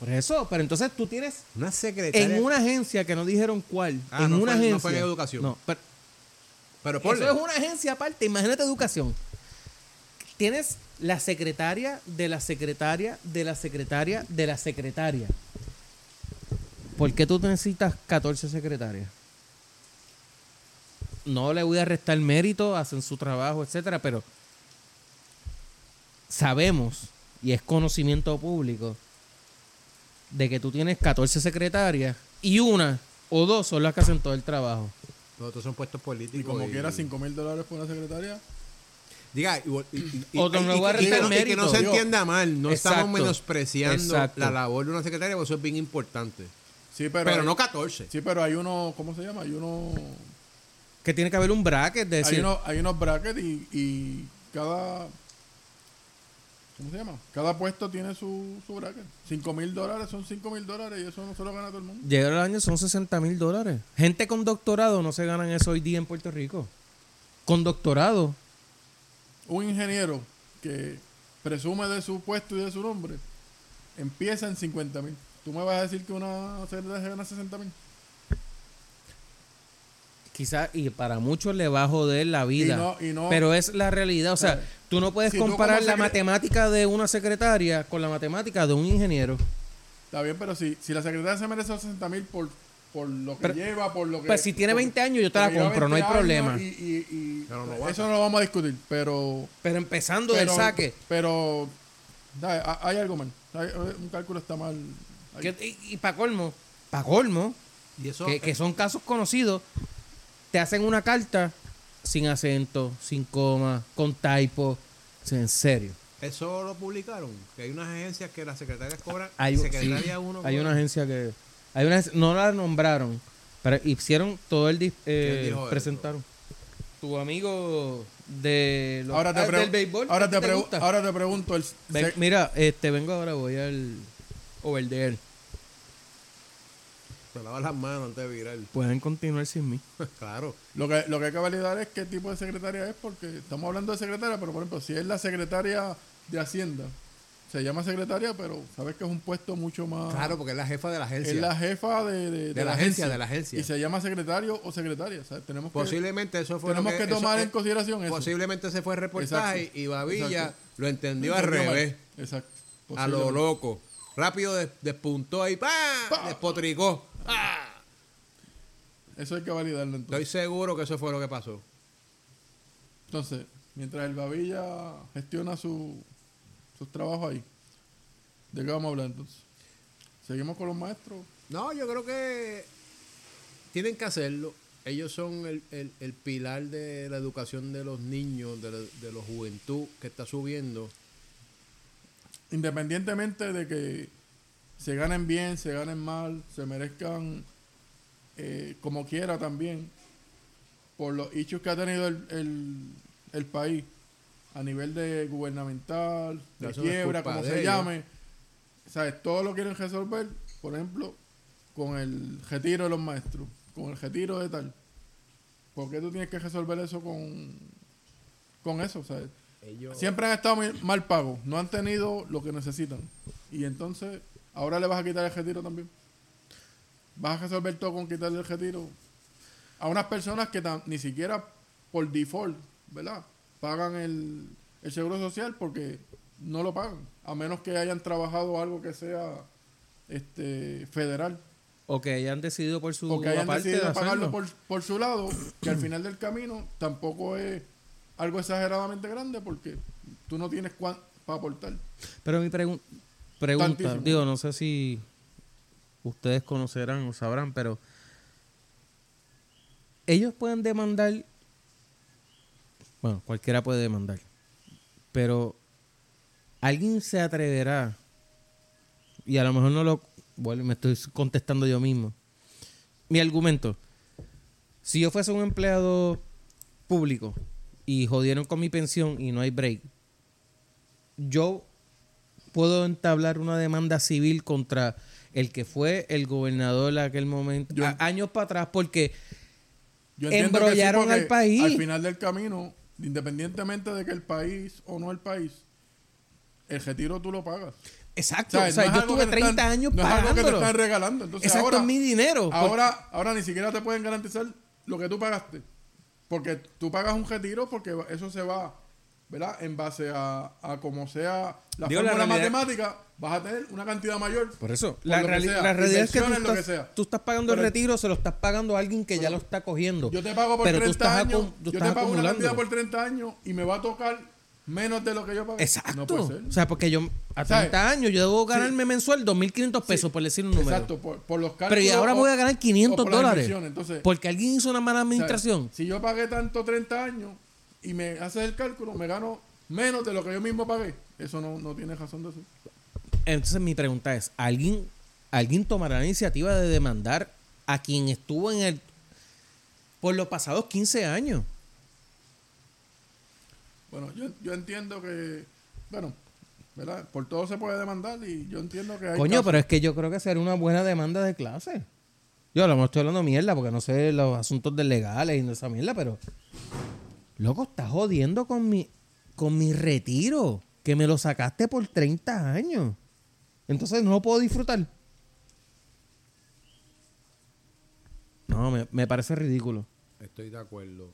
Por eso, pero entonces tú tienes
Una secretaria.
en una agencia que no dijeron cuál,
Ah,
en
no fue- no
una agencia.
fue en educación.
No, pero
Pero ponle.
Eso es una agencia aparte. Imagínate educación. Tienes la secretaria de la secretaria de la secretaria de la secretaria. ¿Por qué tú necesitas 14 secretarias? No le voy a restar mérito, hacen su trabajo, etcétera, pero sabemos y es conocimiento público de que tú tienes 14 secretarias y una o dos son las que hacen todo el trabajo.
Nosotros son puestos políticos.
Y como
y-
quiera, 5 mil dólares por una secretaria.
Diga, y, y- y- y-
Otro
y-
no
y-
va a
y que no- y que
restar
no se
mérito.
entienda mal, no
Exacto.
estamos menospreciando
Exacto.
la labor de una secretaria, porque eso es bien importante.
Sí, pero,
Pero, no 14.
Sí, pero hay uno, ¿cómo se llama? Hay uno,
Que tiene que haber un bracket de
hay
decir,
uno- hay unos brackets y, y cada ¿cómo se llama? Cada puesto tiene su, su bracket. 5 mil dólares son 5 mil dólares y eso no se lo gana todo el mundo.
llegar al año son 60 mil dólares. Gente con doctorado no se ganan eso hoy día en Puerto Rico. Con doctorado.
Un ingeniero que presume de su puesto y de su nombre empieza en 50 mil. ¿Tú me vas a decir que una secretaria se gana 60 mil?
Quizás, y para muchos le va a joder la vida.
no- y no-
pero es la realidad. O sea, tú no puedes
Si tú
comparar
como
la
secre-
matemática de una secretaria con la matemática de un ingeniero.
Está bien, pero si, si la secretaria se merece los 60 mil por, por lo que
Pero-
lleva, por lo que.
pues si tiene
por-
20 años, yo te la
porque lleva
compro, no hay
20 años
problema.
y- y- y-
Pero no va a
eso no lo vamos a discutir, pero.
Pero empezando del
pero-
saque.
Pero. da, a- hay algo mal. Hay- un cálculo está mal. Hay-
que- y para colmo, para colmo,
Y eso,
que, que son casos conocidos, te hacen una carta sin acento, sin coma, con typo. O sea, en serio.
eso lo publicaron. Que hay unas agencias que las secretarias cobran.
Hay, un-
secretaria
sí,
uno
hay
cobra.
una agencia que. Hay una, agencia- no la nombraron, pero hicieron todo el. dis- eh,
¿Quién dijo eso?
presentaron. Tu amigo de los-
ahora, te
ah,
pregu-
del béisbol. que
ahora,
a
te
ti
pregu-
gusta.
ahora te pregunto. El,
Ven,
se-
Mira, este, vengo ahora, voy al. Over there.
Te lavas las manos antes de virar.
Pueden continuar sin mí.
claro.
lo, que, lo que hay que validar es qué tipo de secretaria es, porque estamos hablando de secretaria, pero por ejemplo, si es la secretaria de Hacienda, se llama secretaria, pero sabes que es un puesto mucho más.
Claro, porque es la jefa de la agencia.
Es la jefa de, de- de
de la agencia, de la agencia.
Y se llama secretario o secretaria. ¿sabes? Tenemos,
Posiblemente eso
que,
fue lo
tenemos que,
eso-
tomar en
eh,
consideración eso.
Posiblemente ese fue el reportaje
Exacto.
y Babilla
Exacto.
lo entendió al
Entendió mal.
revés.
Exacto.
A lo
Posiblemente.
loco. Rápido des- despuntó ahí. ¡pah!
¡Pah!
Despotricó.
Eso hay que validarlo
Estoy
entonces.
seguro que eso fue lo que pasó.
Entonces, mientras el Babilla gestiona su, sus trabajos ahí, ¿de qué vamos a hablar entonces? Seguimos con los maestros.
No, yo creo que tienen que hacerlo. Ellos son el, el- el pilar de la educación de los niños, de la, de la juventud que está subiendo.
Independientemente de que se ganen bien, se ganen mal, se merezcan eh, como quiera también, por los hechos que ha tenido el, el- el país a nivel de gubernamental, de
Eso no es
quiebra,
culpa
como
de
se
ellos.
llame. ¿Sabes? Todo lo quieren resolver, por ejemplo, con el retiro de los maestros, con el retiro de tal. ¿Por qué tú tienes que resolver eso con, con eso? ¿sabes?
Ellos,
Siempre han estado muy- mal pagos, no han tenido lo que necesitan. Y entonces, ahora le vas a quitar el retiro también. Vas a resolver todo con quitarle el retiro a unas personas que tan- ni siquiera por default, ¿verdad? Pagan el, el seguro social porque no lo pagan, a menos que hayan trabajado algo que sea este federal.
O que hayan decidido por su
Porque hayan
aparte
decidido
de
pagarlo
hacerlo.
por, por su lado, que al final del camino tampoco es algo exageradamente grande porque tú no tienes para aportar.
Pero mi pregun- pregunta,
Tantísimo.
digo, no sé si ustedes conocerán o sabrán, pero ellos pueden demandar, bueno, cualquiera puede demandar, pero alguien se atreverá, y a lo mejor no lo, bueno, me estoy contestando yo mismo, mi argumento. Si yo fuese un empleado público y jodieron con mi pensión y no hay break, yo puedo entablar una demanda civil contra el que fue el gobernador en aquel momento,
Yo-
a- años para atrás, porque
Yo entiendo que sí,
Embrollaron
porque
al país.
Al final del camino, independientemente de que el país o no el país, el retiro tú lo pagas.
Exacto,
O sea,
o sea,
no es
yo
algo
estuve
que te están-
30 años
no es algo que te
pagándolo.
están regalando. Entonces,
Exacto,
ahora,
es mi dinero. pues.
Ahora, ahora ni siquiera te pueden garantizar lo que tú pagaste. Porque tú pagas un retiro porque eso se va, ¿verdad? En base a, a como sea la
Digo, la
fórmula
realidad-
matemática, vas a tener una cantidad mayor.
Por eso, la,
lo que
reali-
sea,
la realidad es que, tú
inversiones, lo
estás,
que sea.
tú estás pagando el
Pero-
retiro, se lo estás pagando a alguien que ya lo está cogiendo.
Yo te pago por
pero
30
tú estás
años.
acu- tú
yo
estás
te pago una
acumulando.
cantidad por 30 años y me va a tocar menos de lo que yo pagué.
Exacto.
No puede ser.
O sea, porque yo a 30
¿Sabes?
años yo debo ganarme mensual 2.500 pesos, por decir un número.
Exacto, por, por los cálculos.
Pero y ahora
o-
voy a ganar 500
o por las
dólares.
inversiones. Entonces,
porque alguien hizo una mala administración.
¿sabes? Si yo pagué tanto 30 años y me haces el cálculo, me gano menos de lo que yo mismo pagué. Eso no, no tiene razón de ser.
Entonces mi pregunta es, ¿alguien, ¿alguien tomará la iniciativa de demandar a quien estuvo en el... por los pasados 15 años?
Bueno, yo, yo entiendo que. Bueno, ¿verdad? Por todo se puede demandar y yo entiendo que hay.
Coño,
casos-
pero es que yo creo que sería una buena demanda de clase. Yo a lo mejor estoy hablando mierda porque no sé los asuntos de legales y de esa mierda, pero. Loco, estás jodiendo con mi, con mi retiro, que me lo sacaste por 30 años. Entonces no lo puedo disfrutar. No, me, me parece ridículo.
Estoy de acuerdo.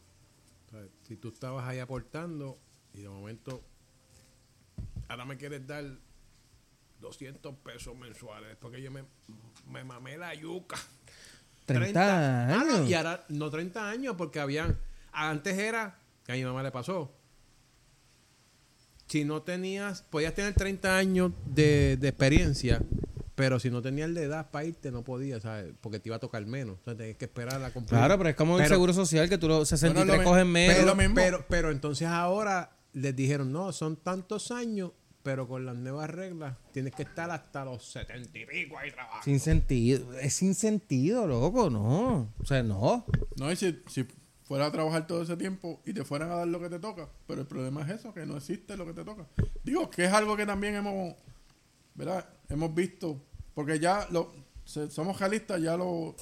¿Sabes? Si tú estabas ahí aportando y de momento ahora me quieres dar 200 pesos mensuales porque yo me, me mamé la yuca.
30,
Ah,
años.
Y ahora, no 30 años, porque habían. Antes era, que a mi mamá le pasó. Si no tenías, podías tener 30 años de, de experiencia, pero si no tenías la edad para irte, no podías, ¿sabes? Porque te iba a tocar menos. Entonces tenías que esperar a la cumplir.
Claro, pero es como el
Pero-
seguro social que tú los 63
Bueno, lo mi-
coges menos.
es
pero,
lo mismo.
Pero, pero entonces ahora les dijeron, no, son tantos años, pero con las nuevas reglas tienes que estar hasta los 70 y pico ahí trabajando.
Sin sentido, es sin sentido, loco, no. O sea, no.
No, y si, si fuera a trabajar todo ese tiempo y te fueran a dar lo que te toca. Pero el problema es eso, que no existe lo que te toca. Digo, que es algo que también hemos, ¿verdad? Hemos visto. Porque ya lo, se- somos realistas, ya lo,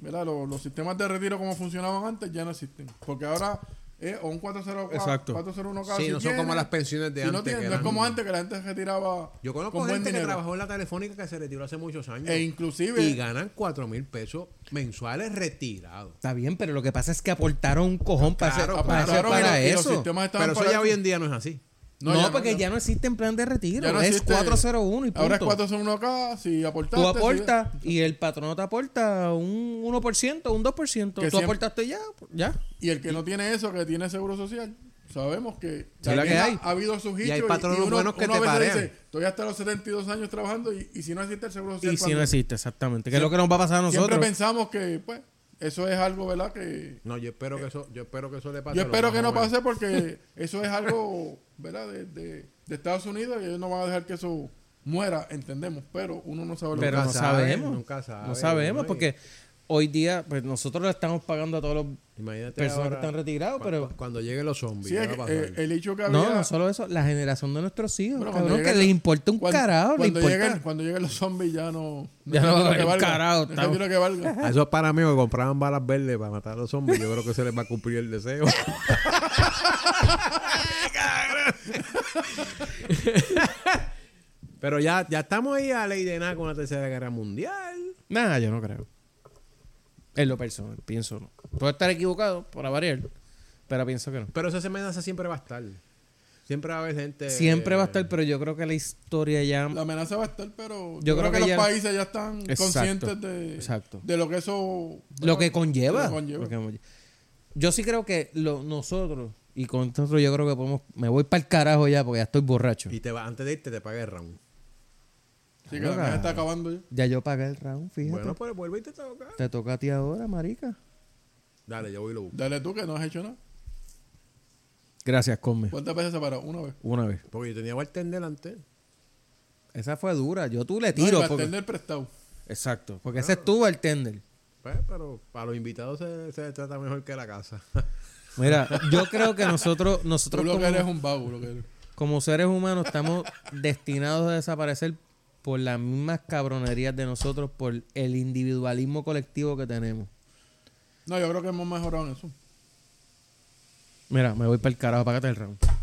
¿verdad? Lo- los sistemas de retiro como funcionaban antes ya no existen. Porque ahora es o un 404,
Exacto.
401k.
Sí,
si
no son
tiene,
como las pensiones de
si no
antes.
tiene,
que
no es
eran-
como antes que la gente retiraba
Yo conozco
con buen
gente que
dinero.
trabajó en la telefónica que se retiró hace muchos años.
E inclusive-
Y ganan 4 mil pesos mensuales retirados.
Está bien, pero lo que pasa es que aportaron un cojón para hacer-
Claro,
para, hacer
Aportaron y
para
los- y los
eso.
sistemas estaban
Pero eso
para
ya hoy en día no es así.
No, porque ya no existe en plan de retiro.
Ya no
es
existe.
401 y punto.
Ahora es 401k, si aportaste.
Tú
si-
aportas y el patrono te aporta un 1%, un 2%. Tú
Que siempre-
aportaste ya, ya.
Y el que no tiene eso, que tiene seguro social, sabemos que,
Sí, la
también
que
ha-
hay.
ha habido sus hechos.
hay patronos buenos que te parean.
estoy hasta los 72 años trabajando y, y si no existe el seguro social.
Y si
cuando-
no existe, exactamente. Que es lo que nos va a pasar a
Siempre
nosotros.
pensamos que, pues, eso es algo, ¿verdad? Que
No, yo espero que eso, yo espero que eso le pase.
yo
a los
espero
más
que no
jóvenes.
pase porque eso es algo, ¿verdad? De, de- de Estados Unidos y ellos no van a dejar que eso muera, entendemos, pero uno no sabe lo
Pero
Nunca
no
sabe,
sabemos.
nunca sabe,
no sabemos
¿no?
porque hoy día pues nosotros le estamos pagando a todos los
Imagínate
personas
ahora
que están retirados,
cuando,
pero
cuando lleguen los zombies,
Sí,
¿qué
es
va a
que,
pasar?
eh, el hecho que había...
No, no solo eso, la generación de nuestros hijos,
Bueno,
cabrón, que
llegue-
les importa un
cuando-
carajo, les
Cuando,
importa.
lleguen, cuando lleguen los zombies ya no...
Ya no
es
va a
lo que
haber un
valga.
carajo,
No es
estamos-
lo que valga.
A esos para mí que compraban balas verdes para matar a los zombies, yo creo que se les va a cumplir el deseo. Pero ya, ya estamos ahí a ley de nada con la tercera guerra mundial.
Nada, yo no creo. En lo personal, pienso no. Puedo estar equivocado para variar, pero pienso que no.
Pero esa amenaza siempre va a estar. Siempre va a haber gente.
Siempre va a estar, pero yo creo que la historia ya
Eh, La amenaza va a estar, pero yo,
Yo
creo,
creo
que,
que
los
ya-
países ya están
Exacto,
conscientes de,
exacto.
de lo que eso...
lo que conlleva.
Lo que conlleva.
lo que conlleva. Yo sí creo que lo- nosotros y con nosotros yo creo que podemos me voy para el carajo ya porque ya estoy borracho.
Y te va, antes de irte te paga el round.
Sí, que la amenaza está acabando ya.
Ya yo pagué el round, fíjate.
Bueno, pues vuelve y te toca.
Te toca a ti ahora, marica.
Dale, yo voy y lo busco.
Dale tú que no has hecho nada.
Gracias, come.
¿Cuántas veces se paró? Una vez.
Una vez.
Porque yo tenía bartender antes.
Esa fue dura. Yo tú le
No, y
tiro.
para
porque-
atender prestado.
Exacto. Porque ese estuvo el tender.
Pues, pero para los invitados se, se trata mejor que la casa.
Mira, yo creo que nosotros,
Tú
nosotros
lo
como,
que eres es un vago, lo que eres.
como seres humanos estamos destinados a desaparecer por las mismas cabronerías de nosotros, por el individualismo colectivo que tenemos.
No, yo creo que hemos mejorado en eso.
Mira, me voy para el carajo, apágate el round.